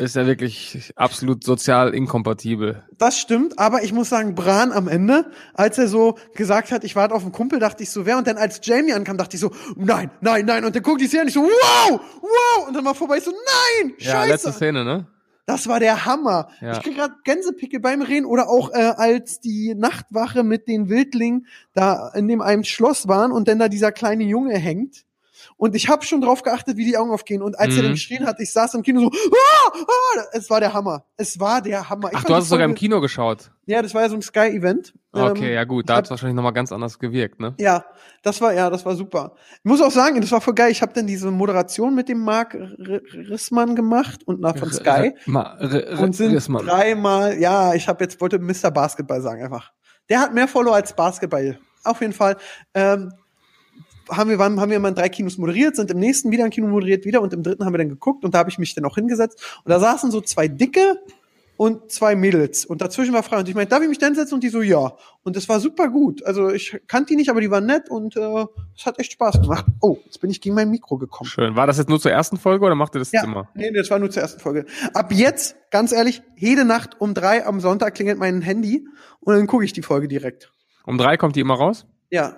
Speaker 3: Ist ja wirklich absolut sozial inkompatibel.
Speaker 2: Das stimmt, aber ich muss sagen, Bran am Ende, als er so gesagt hat, ich warte auf einen Kumpel, dachte ich so, wer? Und dann als Jamie ankam, dachte ich so, nein, nein, nein. Und dann guckt die Szene und ich so, wow, wow. Und dann war vorbei, ich so, nein,
Speaker 3: Ja, letzte
Speaker 2: scheiße.
Speaker 3: Szene, ne?
Speaker 2: Das war der Hammer.
Speaker 3: Ja.
Speaker 2: Ich krieg gerade Gänsepickel beim Reden. Oder auch äh, als die Nachtwache mit den Wildlingen da in dem einem Schloss waren und dann da dieser kleine Junge hängt. Und ich habe schon drauf geachtet, wie die Augen aufgehen. Und als er
Speaker 3: Mhm.
Speaker 2: dann geschrien hat, ich saß im Kino so, ah, ah, es war der Hammer. Es war der Hammer. Ich
Speaker 3: Ach,
Speaker 2: fand
Speaker 3: du
Speaker 2: die
Speaker 3: hast es sogar im
Speaker 2: Folge- Ähm,
Speaker 3: Kino geschaut.
Speaker 2: Ja, das war ja so ein Sky-Event.
Speaker 3: Okay, ja gut, da
Speaker 2: ich
Speaker 3: hat es wahrscheinlich nochmal ganz anders gewirkt, ne?
Speaker 2: Ja, das war ja, das war super. Ich muss auch sagen, das war voll geil. Ich habe dann diese Moderation mit dem Marc R- Rissmann gemacht und nach von Sky und sind
Speaker 3: Sky.
Speaker 2: dreimal, ja, ich habe jetzt wollte Mr. Basketball sagen einfach. Der hat mehr Follower als Basketball. Auf jeden Fall. Ähm, haben wir, waren, haben wir mal in drei Kinos moderiert, sind im nächsten wieder ein Kino moderiert, wieder und im dritten haben wir dann geguckt und da habe ich mich dann auch hingesetzt. Und da saßen so zwei Dicke und zwei Mädels. Und dazwischen war frei. Und ich meinte, darf ich mich denn setzen? Und die so, ja. Und das war super gut. Also ich kannte die nicht, aber die waren nett und äh, es hat echt Spaß gemacht. Oh, jetzt bin ich gegen mein Mikro gekommen.
Speaker 3: Schön. War das jetzt nur zur ersten Folge oder macht ihr das
Speaker 2: Ja,
Speaker 3: immer?
Speaker 2: nee, das war nur zur ersten Folge. Ab jetzt, ganz ehrlich, jede Nacht um drei am Sonntag klingelt mein Handy und dann gucke ich die Folge direkt.
Speaker 3: Um drei kommt die immer raus?
Speaker 2: Ja.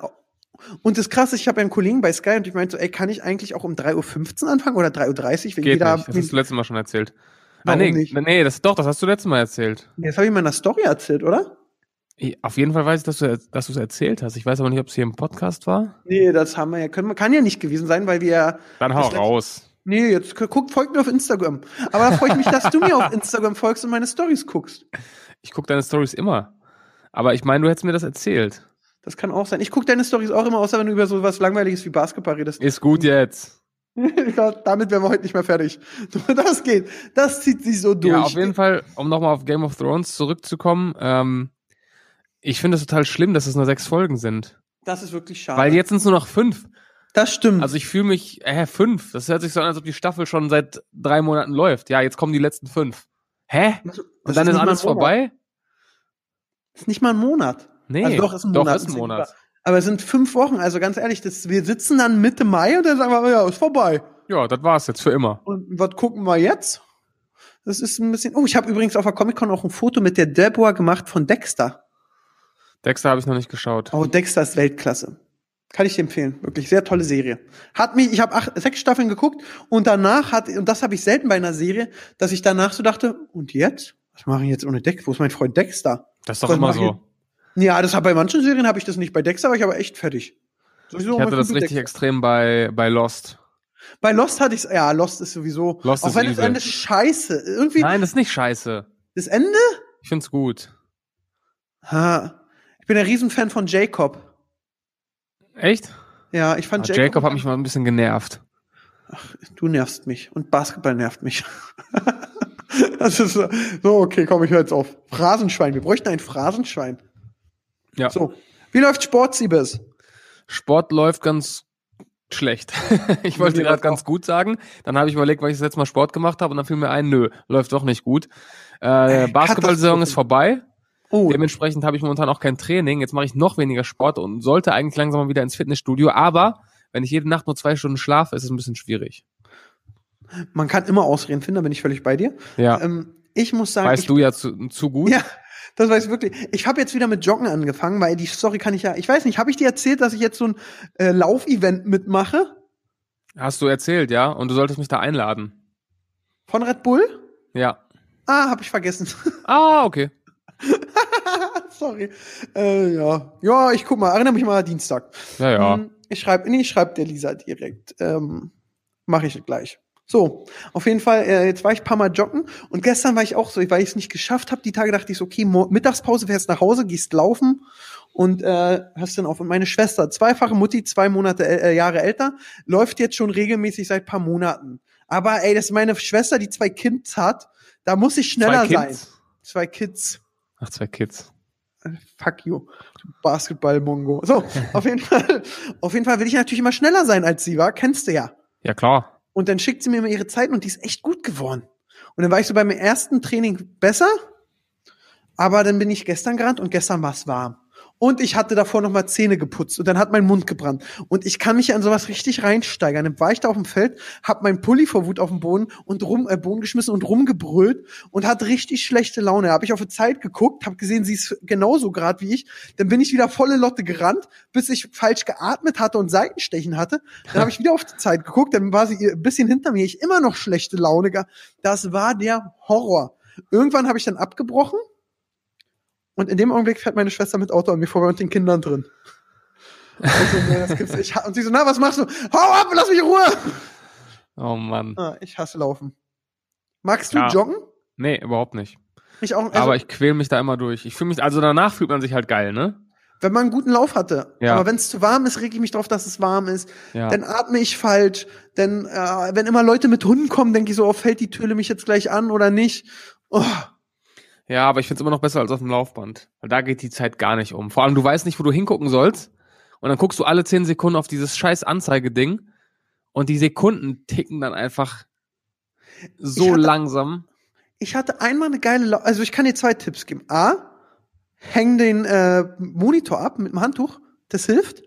Speaker 2: Und das krasse, ich habe ja einen Kollegen bei Sky und ich meinte so, ey, kann ich eigentlich auch um 3.15 Uhr anfangen oder 3.30 Uhr? Wegen
Speaker 3: Geht nicht.
Speaker 2: jeder.
Speaker 3: Das hast du letztes Mal schon erzählt. Ah,
Speaker 2: Warum
Speaker 3: nee,
Speaker 2: nicht?
Speaker 3: nee, das doch, das hast du letztes Mal erzählt.
Speaker 2: Nee, das habe ich in meiner Story erzählt, oder?
Speaker 3: Ich- Auf jeden Fall weiß ich, dass du dass du es erzählt hast. Ich weiß aber nicht, ob es hier im Podcast war.
Speaker 2: Nee, das haben wir ja. Können, wir- kann ja nicht gewesen sein, weil wir ja.
Speaker 3: Dann hau
Speaker 2: Das letzte-
Speaker 3: raus.
Speaker 2: Nee, jetzt gu- guckt, folgt mir auf Instagram. Aber da freue ich mich, dass du mir auf Instagram folgst und meine Stories guckst.
Speaker 3: Ich gucke deine Stories immer. Aber ich meine, du hättest mir das erzählt.
Speaker 2: Das kann auch sein. Ich gucke deine Stories auch immer, außer wenn du über sowas Langweiliges wie Basketball redest.
Speaker 3: Ist gut jetzt.
Speaker 2: Ich glaub, damit wären wir heute nicht mehr fertig. Das geht. Das zieht sich so durch.
Speaker 3: Ja, auf jeden Fall, um nochmal auf Game of Thrones zurückzukommen. Ähm, ich finde es total schlimm, dass es nur sechs Folgen sind.
Speaker 2: Das ist wirklich schade.
Speaker 3: Weil jetzt sind es nur noch fünf.
Speaker 2: das stimmt.
Speaker 3: Also ich fühle mich, hä, fünf? Das hört sich so an, als ob die Staffel schon seit drei Monaten läuft. Ja, jetzt kommen die letzten fünf. Hä?
Speaker 2: Das
Speaker 3: Und dann ist,
Speaker 2: nicht mal
Speaker 3: alles
Speaker 2: ein Monat.
Speaker 3: vorbei?
Speaker 2: Das ist nicht mal ein Monat.
Speaker 3: Nee,
Speaker 2: Also doch, ist ein Monat,
Speaker 3: ist ein
Speaker 2: ist
Speaker 3: Monat.
Speaker 2: egal. Aber es sind fünf Wochen. Also ganz ehrlich, das, wir sitzen dann Mitte Mai und dann sagen wir, ja, ist vorbei.
Speaker 3: Ja, das war's jetzt für immer.
Speaker 2: Und was gucken wir jetzt? Das ist ein bisschen. Oh, ich habe übrigens auf der Comic-Con auch ein Foto mit der Deborah gemacht von Dexter.
Speaker 3: Dexter habe ich noch nicht geschaut.
Speaker 2: Oh, Dexter ist Weltklasse. Kann ich dir empfehlen. Wirklich sehr tolle Serie. Hat mich, ich habe acht, sechs Staffeln geguckt und danach hat, und das habe ich selten bei einer Serie, dass ich danach so dachte, und jetzt? Was mache ich jetzt ohne Dexter? Wo ist mein Freund Dexter?
Speaker 3: Das ist doch
Speaker 2: Was
Speaker 3: immer
Speaker 2: mach ich
Speaker 3: so.
Speaker 2: Ja, das hab, bei manchen Serien habe ich das nicht. Bei Dexter war ich aber echt fertig. Sowieso
Speaker 3: Ich
Speaker 2: mein
Speaker 3: hatte das
Speaker 2: Kumpel
Speaker 3: richtig
Speaker 2: Dexter.
Speaker 3: extrem bei, bei Lost.
Speaker 2: Bei Lost hatte ich ja, Lost ist sowieso.
Speaker 3: Lost
Speaker 2: auch
Speaker 3: ist
Speaker 2: wenn das
Speaker 3: übel.
Speaker 2: Ende scheiße. Irgendwie
Speaker 3: Nein, das ist nicht scheiße.
Speaker 2: das Ende?
Speaker 3: Ich find's gut.
Speaker 2: Ha. Ich bin ein Riesenfan von Jacob.
Speaker 3: Echt?
Speaker 2: Ja, ich
Speaker 3: Ah,
Speaker 2: fand
Speaker 3: Jacob,
Speaker 2: Jacob.
Speaker 3: hat mich mal ein bisschen genervt.
Speaker 2: du nervst mich und Basketball nervt mich. das ist so, so, okay, komm, ich höre jetzt auf. Phrasenschwein, wir bräuchten ein Phrasenschwein.
Speaker 3: Ja.
Speaker 2: So, wie läuft Sport, Siebes?
Speaker 3: Sport läuft ganz schlecht. ich wollte
Speaker 2: Mir
Speaker 3: gerade
Speaker 2: läuft
Speaker 3: ganz gut sagen. Dann habe ich überlegt, weil ich das letzte Mal Sport gemacht habe und dann fiel mir ein, nö, läuft doch nicht gut. Äh,
Speaker 2: Ey,
Speaker 3: Basketball-Saison ist
Speaker 2: Katastrophe.
Speaker 3: vorbei.
Speaker 2: Oh,
Speaker 3: Dementsprechend habe ich momentan auch kein Training. Jetzt mache ich noch weniger Sport und sollte eigentlich langsam mal wieder ins Fitnessstudio. Aber wenn ich jede Nacht nur zwei Stunden schlafe, ist es ein bisschen schwierig.
Speaker 2: man kann immer Ausreden finden, da bin ich völlig bei dir.
Speaker 3: Ja.
Speaker 2: Ähm, ich muss sagen,
Speaker 3: weißt
Speaker 2: ich,
Speaker 3: du ja zu, zu gut.
Speaker 2: ja, das weiß ich wirklich. Ich habe jetzt wieder mit Joggen angefangen, weil die Story kann ich ja, ich weiß nicht, habe ich dir erzählt, dass ich jetzt so ein äh, Laufevent mitmache
Speaker 3: Hast du erzählt, ja? Und du solltest mich da einladen.
Speaker 2: von Red Bull?
Speaker 3: Ja.
Speaker 2: Ah, habe ich vergessen.
Speaker 3: Ah, okay.
Speaker 2: Sorry. Äh, ja. ja, ich guck mal, erinnere mich mal Dienstag.
Speaker 3: Ja, ja.
Speaker 2: Hm, Ich schreibe, nee, ich schreibe der Lisa direkt. Ähm, Mache ich gleich. So, auf jeden Fall, äh, jetzt war ich ein paar Mal joggen und gestern war ich auch so, weil ich es nicht geschafft habe, die Tage dachte ich so, okay, mor- Mittagspause fährst nach Hause, gehst laufen und äh, hörst dann auf. Und meine Schwester, zweifache Mutti, zwei Monate äl- äh, Jahre älter, läuft jetzt schon regelmäßig seit paar Monaten. Aber ey, das ist meine Schwester, die zwei Kids hat, da muss ich schneller sein. Zwei Kids.
Speaker 3: Ach, zwei Kids.
Speaker 2: Fuck you. du Basketball-Mongo. So, auf jeden Fall, auf jeden Fall will ich natürlich immer schneller sein als sie war. Kennst du ja.
Speaker 3: Ja, klar.
Speaker 2: Und dann schickt sie mir immer ihre Zeiten und die ist echt gut geworden. Und dann war ich so beim ersten Training besser, aber dann bin ich gestern gerannt und gestern war es warm. Und ich hatte davor noch mal Zähne geputzt und dann hat mein Mund gebrannt. Und ich kann mich an sowas richtig reinsteigern. Dann war ich da auf dem Feld, hab meinen Pulli vor Wut auf den Boden und rum, äh, Boden geschmissen und rumgebrüllt und hatte richtig schlechte Laune. Habe ich auf die Zeit geguckt, habe gesehen, sie ist genauso gerade wie ich. Dann bin ich wieder volle Lotte gerannt, bis ich falsch geatmet hatte und Seitenstechen hatte. Dann habe ich wieder auf die Zeit geguckt, dann war sie ein bisschen hinter mir. Ich immer noch schlechte Laune. ge- Das war der Horror. Irgendwann habe ich dann abgebrochen. Und in dem Augenblick fährt meine Schwester mit Auto an mir vorbei und den Kindern drin. Und, so, nee, das gibt's nicht. und sie so, na, was machst du? Hau ab, lass mich in Ruhe!
Speaker 3: Oh Mann.
Speaker 2: Ah, ich hasse Laufen. Magst du
Speaker 3: Ja.
Speaker 2: joggen?
Speaker 3: Nee, überhaupt nicht.
Speaker 2: Ich auch. Also,
Speaker 3: Aber ich quäl mich da immer durch. Ich fühle mich, also danach fühlt man sich halt geil, ne?
Speaker 2: wenn man einen guten Lauf hatte.
Speaker 3: Ja.
Speaker 2: Aber wenn es zu warm ist, reg ich mich drauf, dass es warm ist.
Speaker 3: Ja.
Speaker 2: Dann atme ich falsch. Dann, äh, wenn immer Leute mit Hunden kommen, denke ich so, oh, fällt die Töle mich jetzt gleich an oder nicht? Oh,
Speaker 3: Ja, aber ich find's immer noch besser als auf dem Laufband. Weil da geht die Zeit gar nicht um. Vor allem, du weißt nicht, wo du hingucken sollst. Und dann guckst du alle 10 Sekunden auf dieses scheiß Anzeigeding. Und die Sekunden ticken dann einfach
Speaker 2: Ich
Speaker 3: so
Speaker 2: hatte-
Speaker 3: langsam.
Speaker 2: ich hatte einmal eine geile Lauf. Also ich kann dir zwei Tipps geben. A, häng den äh, Monitor ab mit dem Handtuch. Das hilft.
Speaker 3: Hm?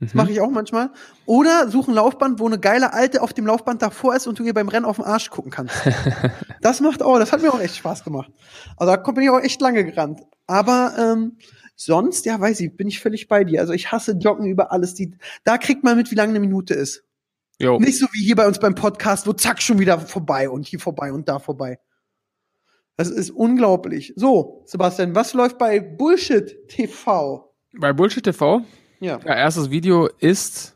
Speaker 2: Das
Speaker 3: Mhm.
Speaker 2: mache ich auch manchmal. Oder such ein Laufband, wo eine geile Alte auf dem Laufband davor ist und du ihr beim Rennen auf den Arsch gucken kannst. das macht auch, das hat mir auch echt Spaß gemacht. Also da bin ich auch echt lange gerannt. Aber ähm, sonst, ja, weiß ich, bin ich völlig bei dir. Also ich hasse Joggen über alles. Die, da kriegt man mit, wie lange eine Minute ist.
Speaker 3: Jo.
Speaker 2: Nicht so wie hier bei uns beim Podcast, wo zack schon wieder vorbei und hier vorbei und da vorbei. Das ist unglaublich. So, Sebastian, was läuft bei Bullshit TV?
Speaker 3: Bei Bullshit TV,
Speaker 2: Ja.
Speaker 3: ja, erstes Video ist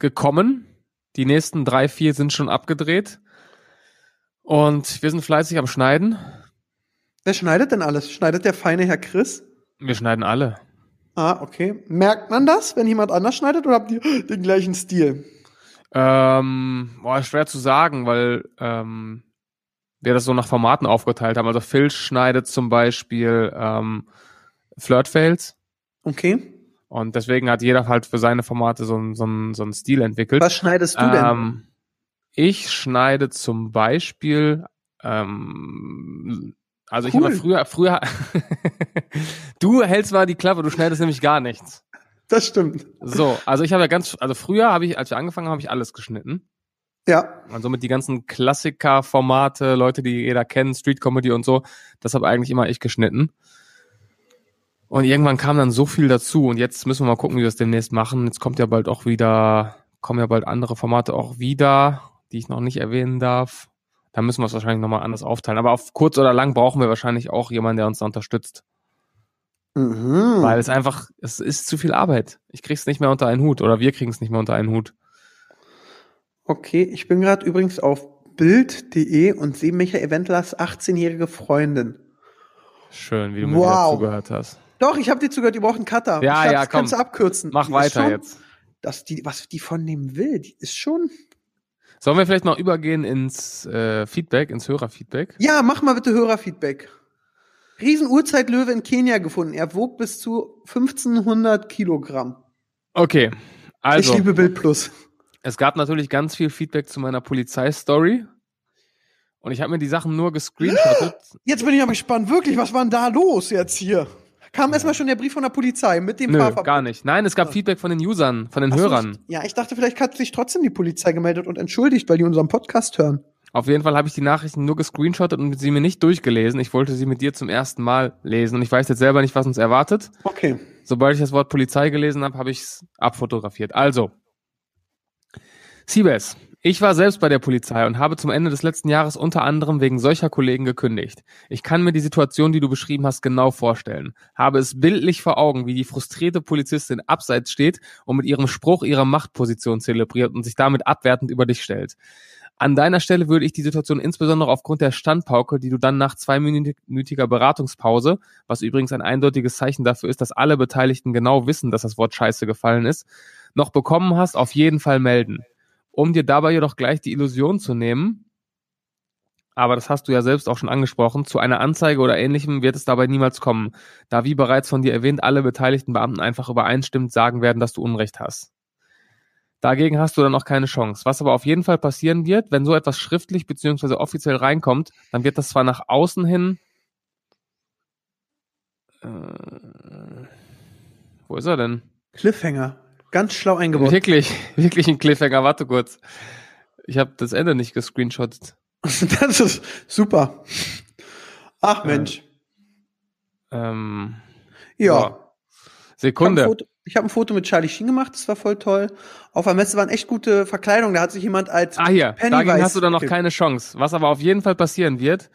Speaker 3: gekommen. Die nächsten drei, vier sind schon abgedreht. Und wir sind fleißig am Schneiden.
Speaker 2: Wer schneidet denn alles? Schneidet der feine Herr Chris?
Speaker 3: Wir schneiden alle.
Speaker 2: Ah, okay. Merkt man das, wenn jemand anders schneidet oder habt ihr den gleichen Stil?
Speaker 3: Ähm, boah, schwer zu sagen, weil ähm, wir das so nach Formaten aufgeteilt haben. Also Phil schneidet zum Beispiel ähm, Flirtfails
Speaker 2: Okay.
Speaker 3: und deswegen hat jeder halt für seine Formate so, einen- so, einen- so einen Stil entwickelt.
Speaker 2: Was schneidest du denn?
Speaker 3: Ähm, ich schneide zum Beispiel, ähm, also ich
Speaker 2: Cool.
Speaker 3: habe früher, früher, du hältst mal die Klappe, du schneidest nämlich gar nichts.
Speaker 2: das stimmt.
Speaker 3: So, also ich habe ja ganz, also früher habe ich, als wir angefangen haben, habe ich alles geschnitten.
Speaker 2: Ja.
Speaker 3: Und somit die ganzen Klassiker-Formate, Leute, die jeder kennt, Street-Comedy und so, das habe eigentlich immer ich geschnitten. Und irgendwann kam dann so viel dazu und jetzt müssen wir mal gucken, wie wir das demnächst machen. Jetzt kommt ja bald auch wieder, kommen ja bald andere Formate auch wieder, die ich noch nicht erwähnen darf. Da müssen wir es wahrscheinlich nochmal anders aufteilen. Aber auf kurz oder lang brauchen wir wahrscheinlich auch jemanden, der uns da unterstützt.
Speaker 2: Mhm.
Speaker 3: Weil es einfach, es ist zu viel Arbeit. Ich krieg's nicht mehr unter einen Hut oder wir kriegen es nicht mehr unter einen Hut.
Speaker 2: Okay, ich bin gerade übrigens auf bild.de und sehe Michael Wendlers 18-jährige Freundin.
Speaker 3: Schön, wie du mir
Speaker 2: Wow.
Speaker 3: wieder zugehört hast.
Speaker 2: Doch, ich habe dir zugehört, ihr braucht einen Cutter.
Speaker 3: Ja,
Speaker 2: ich glaub,
Speaker 3: ja,
Speaker 2: das kannst du
Speaker 3: komm.
Speaker 2: abkürzen.
Speaker 3: Mach
Speaker 2: Die ist
Speaker 3: weiter
Speaker 2: schon,
Speaker 3: jetzt.
Speaker 2: Dass die, was die von dem will, die ist schon.
Speaker 3: Sollen wir vielleicht noch übergehen ins äh, Feedback, ins Hörerfeedback?
Speaker 2: Ja, mach mal bitte Hörerfeedback. Riesen-Urzeitlöwe in Kenia gefunden. Er wog bis zu 1500 Kilogramm.
Speaker 3: Okay, also
Speaker 2: ich liebe Bild Plus.
Speaker 3: es gab natürlich ganz viel Feedback zu meiner Polizeistory und ich habe mir die Sachen nur gescreenshottet.
Speaker 2: Jetzt bin ich aber gespannt, wirklich, was war denn da los jetzt hier? Kam erstmal schon der Brief von der Polizei mit dem
Speaker 3: Nö,
Speaker 2: Fahrverbot.
Speaker 3: gar nicht. Nein, es gab Feedback von den Usern, von den
Speaker 2: Ach so,
Speaker 3: Hörern.
Speaker 2: ich- Ja, ich dachte, vielleicht hat sich trotzdem die Polizei gemeldet und entschuldigt, weil die unseren Podcast hören.
Speaker 3: Auf jeden Fall habe ich die Nachrichten nur gescreenshottet und sie mir nicht durchgelesen. Ich wollte sie mit dir zum ersten Mal lesen und ich weiß jetzt selber nicht, was uns erwartet.
Speaker 2: Okay.
Speaker 3: Sobald ich das Wort Polizei gelesen habe, habe ich es abfotografiert. Also, Siebes, ich war selbst bei der Polizei und habe zum Ende des letzten Jahres unter anderem wegen solcher Kollegen gekündigt. Ich kann mir die Situation, die du beschrieben hast, genau vorstellen. Habe es bildlich vor Augen, wie die frustrierte Polizistin abseits steht und mit ihrem Spruch ihre Machtposition zelebriert und sich damit abwertend über dich stellt. An deiner Stelle würde ich die Situation insbesondere aufgrund der Standpauke, die du dann nach zweiminütiger Beratungspause was übrigens ein eindeutiges Zeichen dafür ist, dass alle Beteiligten genau wissen, dass das Wort Scheiße gefallen ist, noch bekommen hast, auf jeden Fall melden. Um dir dabei jedoch gleich die Illusion zu nehmen, aber das hast du ja selbst auch schon angesprochen, zu einer Anzeige oder ähnlichem wird es dabei niemals kommen, da wie bereits von dir erwähnt, alle beteiligten Beamten einfach übereinstimmend sagen werden, dass du Unrecht hast. Dagegen hast du dann auch keine Chance. Was aber auf jeden Fall passieren wird, wenn so etwas schriftlich bzw. offiziell reinkommt, dann wird das zwar nach außen hin äh, Wo ist er denn?
Speaker 2: Cliffhanger. Ganz schlau eingebaut.
Speaker 3: Wirklich, wirklich ein Cliffhanger. Warte kurz. Ich habe das Ende nicht gescreenshottet.
Speaker 2: Das ist super. Ach Mensch.
Speaker 3: Ähm,
Speaker 2: Ja.
Speaker 3: Sekunde.
Speaker 2: Ich habe ein, Foto- ich hab ein Foto mit Charlie Sheen gemacht, das war voll toll. Auf der Messe waren echt gute Verkleidungen. Da hat sich jemand als
Speaker 3: Ah hier,
Speaker 2: Pennywise
Speaker 3: dagegen hast du dann noch
Speaker 2: gekippt.
Speaker 3: keine Chance. Was aber auf jeden Fall passieren wird,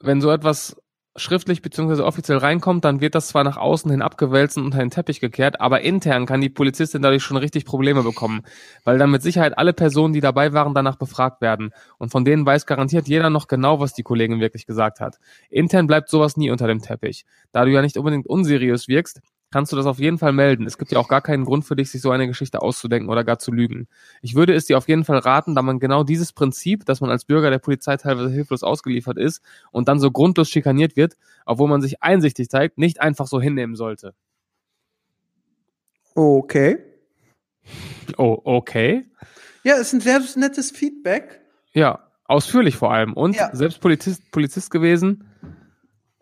Speaker 3: wenn so etwas schriftlich bzw. offiziell reinkommt, dann wird das zwar nach außen hin abgewälzt und unter den Teppich gekehrt, aber intern kann die Polizistin dadurch schon richtig Probleme bekommen, weil dann mit Sicherheit alle Personen, die dabei waren, danach befragt werden. Und von denen weiß garantiert jeder noch genau, was die Kollegin wirklich gesagt hat. Intern bleibt sowas nie unter dem Teppich. Da du ja nicht unbedingt unseriös wirkst, kannst du das auf jeden Fall melden. Es gibt ja auch gar keinen Grund für dich, sich so eine Geschichte auszudenken oder gar zu lügen. Ich würde es dir auf jeden Fall raten, da man genau dieses Prinzip, dass man als Bürger der Polizei teilweise hilflos ausgeliefert ist und dann so grundlos schikaniert wird, obwohl man sich einsichtig zeigt, nicht einfach so hinnehmen sollte.
Speaker 2: Okay.
Speaker 3: Oh, okay.
Speaker 2: Ja, ist ein sehr nettes Feedback.
Speaker 3: Ja, ausführlich vor allem. Und
Speaker 2: Ja.
Speaker 3: selbst Polizist, Polizist gewesen,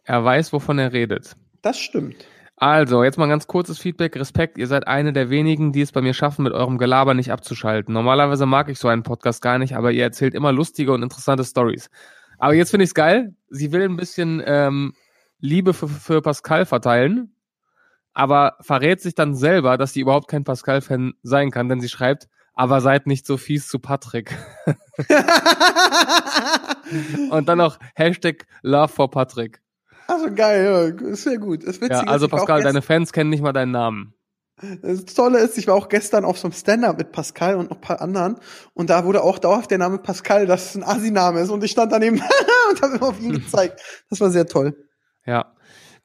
Speaker 3: er weiß, wovon er redet.
Speaker 2: Das stimmt.
Speaker 3: Also, jetzt mal ein ganz kurzes Feedback. Respekt, ihr seid eine der wenigen, die es bei mir schaffen, mit eurem Gelaber nicht abzuschalten. Normalerweise mag ich so einen Podcast gar nicht, aber ihr erzählt immer lustige und interessante Stories. Aber jetzt finde ich es geil. Sie will ein bisschen ähm, Liebe für, für Pascal verteilen, aber verrät sich dann selber, dass sie überhaupt kein Pascal-Fan sein kann, denn sie schreibt, aber seid nicht so fies zu Patrick. Und dann noch Hashtag Love for Patrick.
Speaker 2: also geil, ja, ist sehr gut. Ist witzig,
Speaker 3: Ja,
Speaker 2: ist,
Speaker 3: also
Speaker 2: ich war auch
Speaker 3: Pascal,
Speaker 2: gest-
Speaker 3: deine Fans kennen nicht mal deinen Namen.
Speaker 2: Das Tolle ist, ich war auch gestern auf so einem Stand-up mit Pascal und noch ein paar anderen und da wurde auch dauerhaft der Name Pascal, dass es ein Asi-Name ist und ich stand daneben und habe immer auf ihn gezeigt. Das war sehr toll.
Speaker 3: Ja.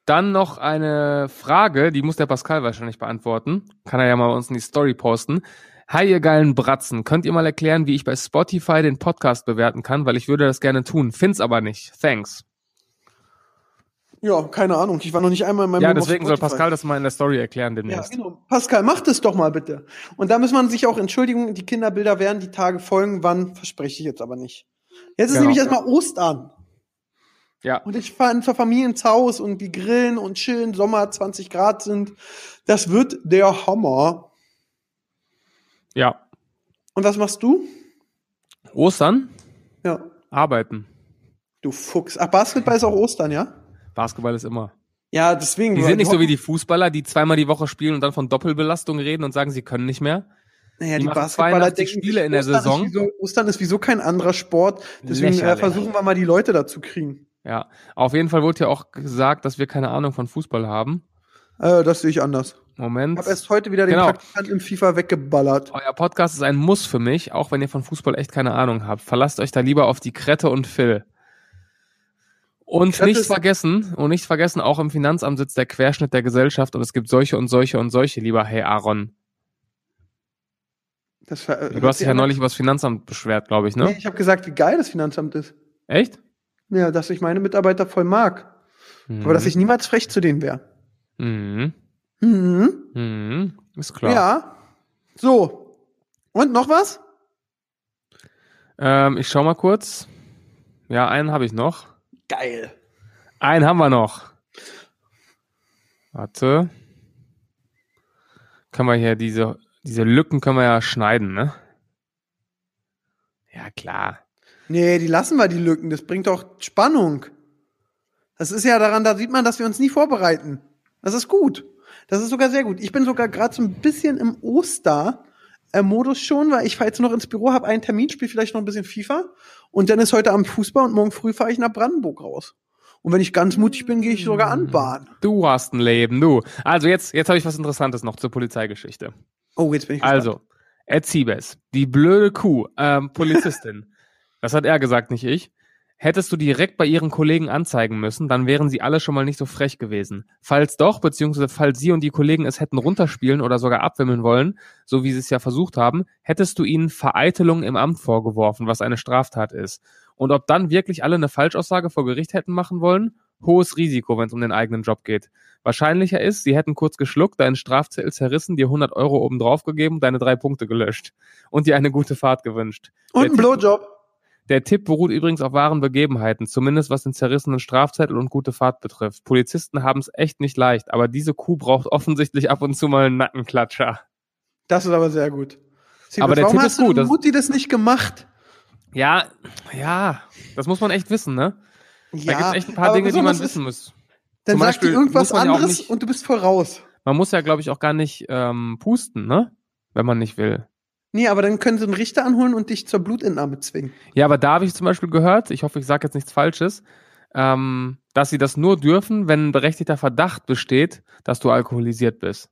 Speaker 3: Dann noch eine Frage, die muss der Pascal wahrscheinlich beantworten. Kann er ja mal bei uns in die Story posten. Hi, ihr geilen Bratzen. Könnt ihr mal erklären, wie ich bei Spotify den Podcast bewerten kann? Weil ich würde das gerne tun. Find's aber nicht. Thanks.
Speaker 2: Ja, keine Ahnung. Ich war noch nicht einmal in meinem
Speaker 3: Ja,
Speaker 2: Leben auf
Speaker 3: deswegen soll
Speaker 2: Spotify.
Speaker 3: Pascal das mal in der Story erklären
Speaker 2: Ja,
Speaker 3: demnächst.
Speaker 2: genau. Pascal, mach das doch mal bitte. Und da muss man sich auch entschuldigen, die Kinderbilder werden die Tage folgen, wann verspreche ich jetzt aber nicht. Jetzt ist
Speaker 3: Genau.
Speaker 2: nämlich erstmal Ostern
Speaker 3: Ja.
Speaker 2: und ich fahre zur Familie ins Haus und die grillen und chillen, Sommer 20 Grad sind. Das wird der Hammer.
Speaker 3: Ja.
Speaker 2: Und was machst du?
Speaker 3: Ostern?
Speaker 2: Ja,
Speaker 3: Arbeiten.
Speaker 2: du Fuchs. Ach, Basketball ist auch Ostern, ja?
Speaker 3: Basketball ist immer.
Speaker 2: Ja, deswegen.
Speaker 3: Die sind nicht so wie die Fußballer, die zweimal die Woche spielen und dann von Doppelbelastung reden und sagen, sie können nicht mehr.
Speaker 2: naja,
Speaker 3: die
Speaker 2: die
Speaker 3: machen
Speaker 2: Basketballer
Speaker 3: 82
Speaker 2: denken,
Speaker 3: Spiele
Speaker 2: sich,
Speaker 3: in der
Speaker 2: Ostern ist
Speaker 3: Saison.
Speaker 2: wieso- Ostern ist wieso kein anderer Sport. Deswegen äh,
Speaker 3: Lächerlich.
Speaker 2: versuchen wir mal, die Leute dazu kriegen.
Speaker 3: Ja. Auf jeden Fall wurde ja auch gesagt, dass wir keine Ahnung von Fußball haben.
Speaker 2: Äh, das sehe ich anders.
Speaker 3: Moment.
Speaker 2: Ich habe erst heute wieder den
Speaker 3: Genau.
Speaker 2: Praktikanten im FIFA weggeballert.
Speaker 3: Euer Podcast ist ein Muss für mich, auch wenn ihr von Fußball echt keine Ahnung habt. Verlasst euch da lieber auf die Krette und Phil. Und
Speaker 2: Krette
Speaker 3: nicht
Speaker 2: ist-
Speaker 3: vergessen, und nicht vergessen, auch im Finanzamt sitzt der Querschnitt der Gesellschaft und es gibt solche und solche und solche, lieber Hey Aaron.
Speaker 2: Das war, äh,
Speaker 3: Du hast dich ja
Speaker 2: die-
Speaker 3: neulich über das Finanzamt beschwert, glaube ich,
Speaker 2: Nee,
Speaker 3: ne?
Speaker 2: ich habe gesagt, wie geil das Finanzamt ist.
Speaker 3: Echt?
Speaker 2: Ja, dass ich meine Mitarbeiter voll mag. Aber dass ich niemals frech zu denen wäre.
Speaker 3: Mhm.
Speaker 2: Mhm.
Speaker 3: Mhm. Ist klar.
Speaker 2: Ja. So. Und noch was?
Speaker 3: Ähm, ich schau mal kurz. Ja, einen habe ich noch.
Speaker 2: Geil.
Speaker 3: Einen haben wir noch. Warte. Können wir hier diese, diese Lücken können wir ja schneiden, ne? Ja, klar.
Speaker 2: Nee, die lassen wir, die Lücken. Das bringt doch Spannung. Das ist ja daran, da sieht man, dass wir uns nie vorbereiten. Das ist gut. Das ist sogar sehr gut. Ich bin sogar gerade so ein bisschen im Oster-Modus schon, weil ich fahre jetzt noch ins Büro, habe einen Termin, spiele vielleicht noch ein bisschen FIFA und dann ist heute Abend Fußball und morgen früh fahre ich nach Brandenburg raus. Und wenn ich ganz mutig bin, gehe ich sogar an Bahn.
Speaker 3: Du hast ein Leben, du. Also jetzt, jetzt habe ich was Interessantes noch zur Polizeigeschichte.
Speaker 2: Oh, jetzt bin ich gespannt.
Speaker 3: Also, Ed Siebes, die blöde Kuh, ähm, Polizistin. das hat er gesagt, nicht ich. Hättest du direkt bei ihren Kollegen anzeigen müssen, dann wären sie alle schon mal nicht so frech gewesen. Falls doch, beziehungsweise falls sie und die Kollegen es hätten runterspielen oder sogar abwimmeln wollen, so wie sie es ja versucht haben, hättest du ihnen Vereitelung im Amt vorgeworfen, was eine Straftat ist. Und ob dann wirklich alle eine Falschaussage vor Gericht hätten machen wollen? Hohes Risiko, wenn es um den eigenen Job geht. Wahrscheinlicher ist, sie hätten kurz geschluckt, deinen Strafzettel zerrissen, dir 100 Euro obendrauf gegeben, deine drei Punkte gelöscht und dir eine gute Fahrt gewünscht.
Speaker 2: und ein
Speaker 3: jetzt-
Speaker 2: Blowjob.
Speaker 3: Der Tipp beruht übrigens auf wahren Begebenheiten, zumindest was den zerrissenen Strafzettel und gute Fahrt betrifft. Polizisten haben es echt nicht leicht, aber diese Kuh braucht offensichtlich ab und zu mal einen Nackenklatscher.
Speaker 2: Das ist aber sehr gut. Siebes,
Speaker 3: Aber der
Speaker 2: warum
Speaker 3: Tipp
Speaker 2: hast
Speaker 3: ist
Speaker 2: du
Speaker 3: gut,
Speaker 2: denn
Speaker 3: das-
Speaker 2: Mutti das nicht gemacht?
Speaker 3: Ja, ja, das muss man echt wissen, ne? Da gibt's echt ein paar
Speaker 2: aber
Speaker 3: Dinge, die man
Speaker 2: besonders ist-
Speaker 3: wissen muss.
Speaker 2: Dann
Speaker 3: Zum
Speaker 2: sagt
Speaker 3: Beispiel
Speaker 2: die irgendwas
Speaker 3: muss man ja auch
Speaker 2: anderes
Speaker 3: nicht-
Speaker 2: und du bist voll raus.
Speaker 3: Man muss ja, glaube ich, auch gar nicht ähm, pusten, ne? Wenn man nicht will.
Speaker 2: Nee, aber dann können sie einen Richter anholen und dich zur Blutentnahme zwingen.
Speaker 3: Ja, aber da habe ich zum Beispiel gehört, ich hoffe, ich sage jetzt nichts Falsches, ähm, dass sie das nur dürfen, wenn ein berechtigter Verdacht besteht, dass du alkoholisiert bist.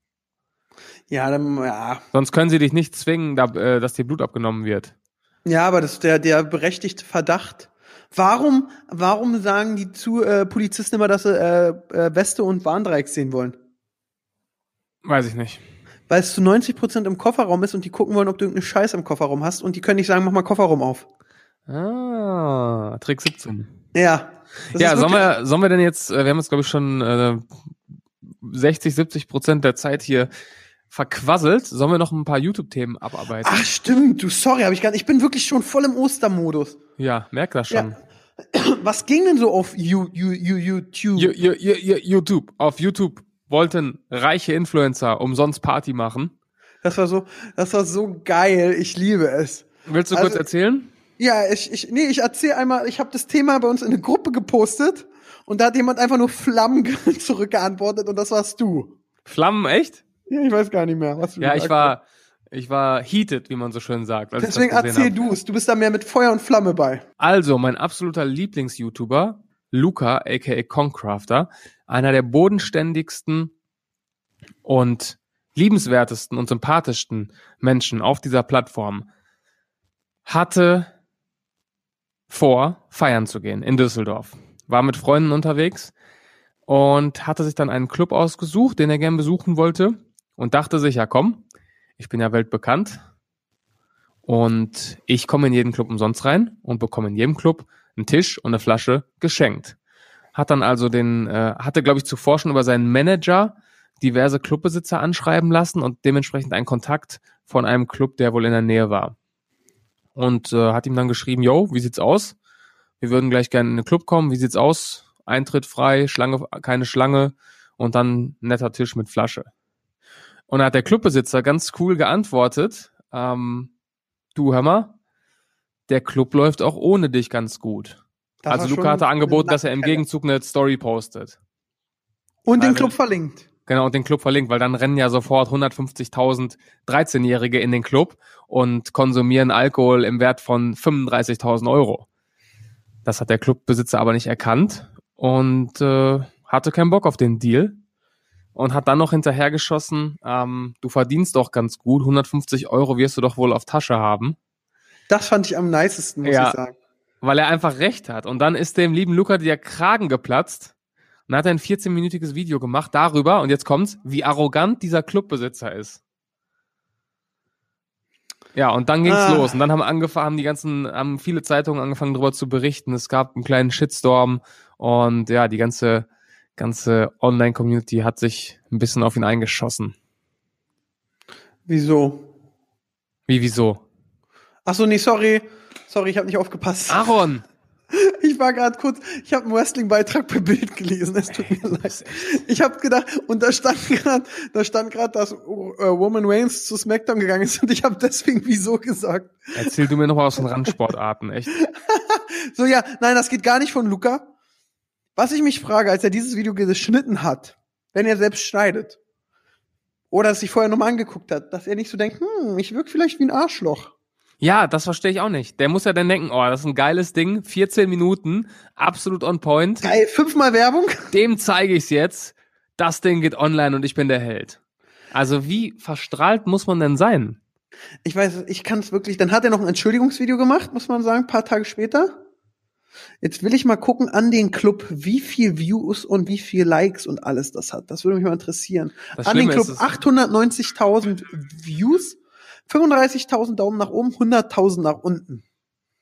Speaker 2: Ja, dann, ja.
Speaker 3: Sonst können sie dich nicht zwingen, da, äh, dass dir Blut abgenommen wird.
Speaker 2: Ja, aber das ist der, der berechtigte Verdacht. Warum, warum sagen die zu äh, Polizisten immer, dass sie äh, äh, Weste und Warndreieck sehen wollen?
Speaker 3: Weiß ich nicht.
Speaker 2: Weil es zu 90% im Kofferraum ist und die gucken wollen, ob du irgendeinen Scheiß im Kofferraum hast und die können nicht sagen, mach mal Kofferraum auf.
Speaker 3: Ah, Trick 17.
Speaker 2: Ja. Das
Speaker 3: ja,
Speaker 2: ist
Speaker 3: sollen
Speaker 2: wirklich-
Speaker 3: wir, sollen wir denn jetzt, äh, wir haben jetzt, glaube ich, schon äh, 60, 70 Prozent der Zeit hier verquasselt. Sollen wir noch ein paar YouTube-Themen abarbeiten?
Speaker 2: Ach stimmt, du, sorry, hab ich gar nicht. Ich bin wirklich schon voll im Ostermodus.
Speaker 3: Ja, merk das schon.
Speaker 2: Was ging denn so auf you, you, you, YouTube?
Speaker 3: Ju- ju- ju- ju- YouTube. Auf YouTube wollten reiche Influencer umsonst Party machen.
Speaker 2: Das war so, das war so geil. Ich liebe es.
Speaker 3: Willst du
Speaker 2: Also-
Speaker 3: kurz erzählen?
Speaker 2: Ja, ich, ich, nee, ich erzähl einmal, ich habe das Thema bei uns in eine Gruppe gepostet und da hat jemand einfach nur Flammen zurückgeantwortet und das warst du.
Speaker 3: Flammen, echt?
Speaker 2: Ja, ich weiß gar nicht mehr, was du
Speaker 3: Ja,
Speaker 2: gesagt
Speaker 3: ich
Speaker 2: hast.
Speaker 3: war, ich war heated, wie man so schön sagt. als ich das
Speaker 2: Deswegen
Speaker 3: gesehen
Speaker 2: erzähl
Speaker 3: habe.
Speaker 2: du es. Du bist da mehr mit Feuer und Flamme bei.
Speaker 3: Also, mein absoluter Lieblings-YouTuber, Luca, aka Concrafter, einer der bodenständigsten und liebenswertesten und sympathischsten Menschen auf dieser Plattform, hatte vor, feiern zu gehen in Düsseldorf. War mit Freunden unterwegs und hatte sich dann einen Club ausgesucht, den er gern besuchen wollte und dachte sich, ja komm, ich bin ja weltbekannt, und ich komme in jeden Club umsonst rein und bekomme in jedem Club einen Tisch und eine Flasche geschenkt. Hat dann also den, äh, hatte, glaube ich, zuvor schon über seinen Manager diverse Clubbesitzer anschreiben lassen und dementsprechend einen Kontakt von einem Club, der wohl in der Nähe war. Und äh, hat ihm dann geschrieben, yo, wie sieht's aus? Wir würden gleich gerne in den Club kommen, wie sieht's aus? Eintritt frei, Schlange, keine Schlange und dann netter Tisch mit Flasche. Und da hat der Clubbesitzer ganz cool geantwortet, ähm, du hör mal, der Club läuft auch ohne dich ganz gut.
Speaker 2: Das war
Speaker 3: also
Speaker 2: schon
Speaker 3: Luca hatte
Speaker 2: eine
Speaker 3: angeboten, dass er im
Speaker 2: Nackenkeller.
Speaker 3: Gegenzug eine Story postet.
Speaker 2: Und den
Speaker 3: Also-
Speaker 2: Club verlinkt.
Speaker 3: Genau, und den Club verlinkt, weil dann rennen ja sofort 150.000 13-Jährige in den Club und konsumieren Alkohol im Wert von 35.000 Euro. Das hat der Clubbesitzer aber nicht erkannt und äh, hatte keinen Bock auf den Deal und hat dann noch hinterhergeschossen, ähm, du verdienst doch ganz gut, 150 Euro wirst du doch wohl auf Tasche haben.
Speaker 2: Das fand ich am nicesten, muss
Speaker 3: Ja.
Speaker 2: ich sagen.
Speaker 3: weil er einfach recht hat. Und dann ist dem lieben Luca der Kragen geplatzt und hat ein 14-minütiges Video gemacht darüber, und jetzt kommt's, wie arrogant dieser Clubbesitzer ist. Ja, und dann ging's
Speaker 2: Ah.
Speaker 3: los. Und dann haben angefangen, haben die ganzen, haben viele Zeitungen angefangen darüber zu berichten. Es gab einen kleinen Shitstorm und ja, die ganze, ganze Online-Community hat sich ein bisschen auf ihn eingeschossen.
Speaker 2: Wieso?
Speaker 3: Wie, wieso?
Speaker 2: Ach so, nee, sorry. Sorry, ich habe nicht aufgepasst.
Speaker 3: Aaron!
Speaker 2: Ich war gerade kurz, ich habe einen Wrestling-Beitrag bei Bild gelesen, es tut mir leid. Ich habe gedacht, und da stand gerade, da stand gerade, dass äh, Roman Reigns zu SmackDown gegangen ist und ich habe deswegen wieso gesagt.
Speaker 3: Erzähl du mir noch mal aus den Randsportarten, echt.
Speaker 2: So ja, nein, das geht gar nicht von Luca. Was ich mich frage, als er dieses Video geschnitten hat, wenn er selbst schneidet oder es sich vorher nochmal angeguckt hat, dass er nicht so denkt, hm, ich wirke vielleicht wie ein Arschloch.
Speaker 3: Ja, das verstehe ich auch nicht. Der muss ja dann denken, oh, das ist ein geiles Ding, 14 Minuten, absolut on point.
Speaker 2: Geil, fünfmal Werbung.
Speaker 3: Dem zeige ich's jetzt. Das Ding geht online und ich bin der Held. Also wie verstrahlt muss man denn sein?
Speaker 2: Ich weiß, ich kann es wirklich. Dann hat er noch ein Entschuldigungsvideo gemacht, muss man sagen, ein paar Tage später. Jetzt will ich mal gucken an den Club, wie viel Views und wie viel Likes und alles das hat. Das würde mich mal interessieren.
Speaker 3: Das
Speaker 2: an den
Speaker 3: Schlimme
Speaker 2: Club
Speaker 3: ist, es-
Speaker 2: 890.000 Views, 35.000 Daumen nach oben, 100.000 nach unten.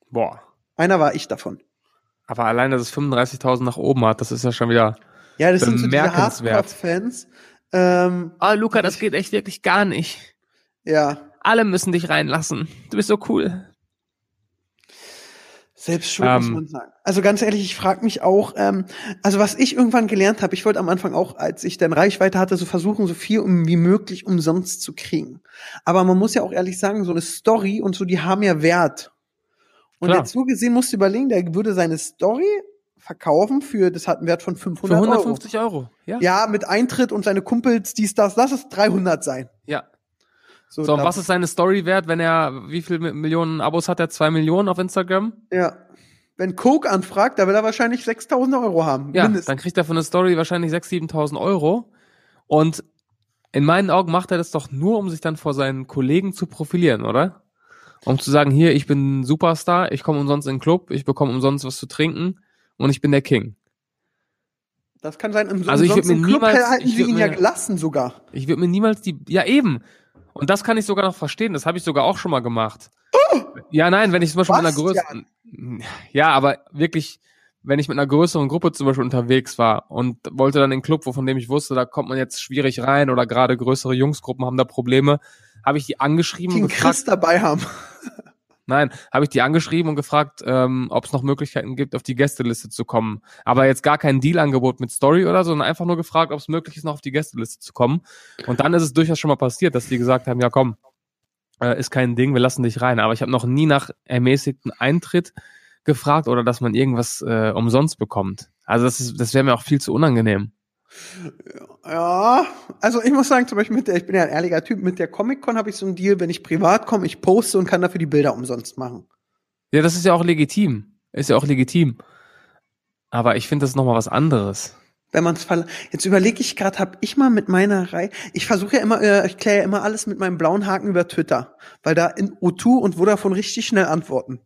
Speaker 3: Boah.
Speaker 2: Einer war ich davon.
Speaker 3: Aber allein, dass es 35.000 nach oben hat, das ist ja schon wieder...
Speaker 2: Ja, das sind so diese
Speaker 3: Bemerkenswert.
Speaker 2: Hardcore-Fans. Ähm,
Speaker 3: Oh, Luca, das geht echt wirklich gar nicht.
Speaker 2: ja,
Speaker 3: Alle müssen dich reinlassen. Du bist so cool.
Speaker 2: Selbst schuld, muss
Speaker 3: Ähm.
Speaker 2: man sagen. Also ganz ehrlich, ich frage mich auch, ähm, also was ich irgendwann gelernt habe, ich wollte am Anfang auch, als ich dann Reichweite hatte, so versuchen, so viel um, wie möglich umsonst zu kriegen. Aber man muss ja auch ehrlich sagen, so eine Story und so, die haben ja Wert. Und
Speaker 3: Klar.
Speaker 2: jetzt so gesehen musst du überlegen, der würde seine Story verkaufen für, das hat einen Wert von 500
Speaker 3: Für
Speaker 2: Euro.
Speaker 3: 150 Euro. Ja.
Speaker 2: Ja, mit Eintritt und seine Kumpels, dies, das, lass es 300 sein.
Speaker 3: ja. So, und
Speaker 2: da-
Speaker 3: was ist seine Story wert, wenn er, wie viele Millionen Abos hat er? Zwei Millionen auf Instagram?
Speaker 2: Ja. Wenn Coke anfragt, da will er wahrscheinlich 6000 Euro haben.
Speaker 3: Ja,
Speaker 2: mindestens.
Speaker 3: dann kriegt er für eine Story wahrscheinlich 6.000, 7.000 Euro. Und in meinen Augen macht er das doch nur, um sich dann vor seinen Kollegen zu profilieren, oder? Um zu sagen, hier, ich bin ein Superstar, ich komme umsonst in den Club, ich bekomme umsonst was zu trinken und ich bin der King.
Speaker 2: Das kann sein. Im,
Speaker 3: Also ich würd
Speaker 2: ansonsten
Speaker 3: mir
Speaker 2: im Club
Speaker 3: niemals-
Speaker 2: halten
Speaker 3: ich
Speaker 2: sie
Speaker 3: würd
Speaker 2: ihn
Speaker 3: mir-
Speaker 2: ja gelassen sogar.
Speaker 3: Ich würde mir niemals die. Ja, eben. Und das kann ich sogar noch verstehen. Das habe ich sogar auch schon mal gemacht. Ja, nein, wenn ich zum Beispiel mit einer größeren. Ja, aber wirklich, wenn ich mit einer größeren Gruppe zum Beispiel unterwegs war und wollte dann in den Club, wo- von dem ich wusste, da kommt man jetzt schwierig rein oder gerade größere Jungsgruppen haben da Probleme, habe ich die angeschrieben
Speaker 2: Die
Speaker 3: und
Speaker 2: einen
Speaker 3: gefragt.
Speaker 2: Chris dabei haben.
Speaker 3: Nein, habe ich die angeschrieben und gefragt, ähm, ob es noch Möglichkeiten gibt, auf die Gästeliste zu kommen. Aber jetzt gar kein Dealangebot mit Story oder so, sondern einfach nur gefragt, ob es möglich ist, noch auf die Gästeliste zu kommen. Und dann ist es durchaus schon mal passiert, dass die gesagt haben, ja komm, äh, ist kein Ding, wir lassen dich rein. Aber ich habe noch nie nach ermäßigten Eintritt gefragt oder dass man irgendwas äh, umsonst bekommt. Also das, ist- das wäre mir auch viel zu unangenehm.
Speaker 2: Ja, also ich muss sagen, zum Beispiel mit der, ich bin ja ein ehrlicher Typ, mit der Comic-Con habe ich so einen Deal, wenn ich privat komme, ich poste und kann dafür die Bilder umsonst machen.
Speaker 3: Ja, das ist ja auch legitim. Ist ja auch legitim. Aber ich finde das nochmal was anderes.
Speaker 2: Wenn man's verla- Jetzt überlege ich gerade, habe ich mal mit meiner Reihe. Ich versuche ja immer, äh, ich kläre ja immer alles mit meinem blauen Haken über Twitter, weil da in O2 und Vodafone richtig schnell antworten.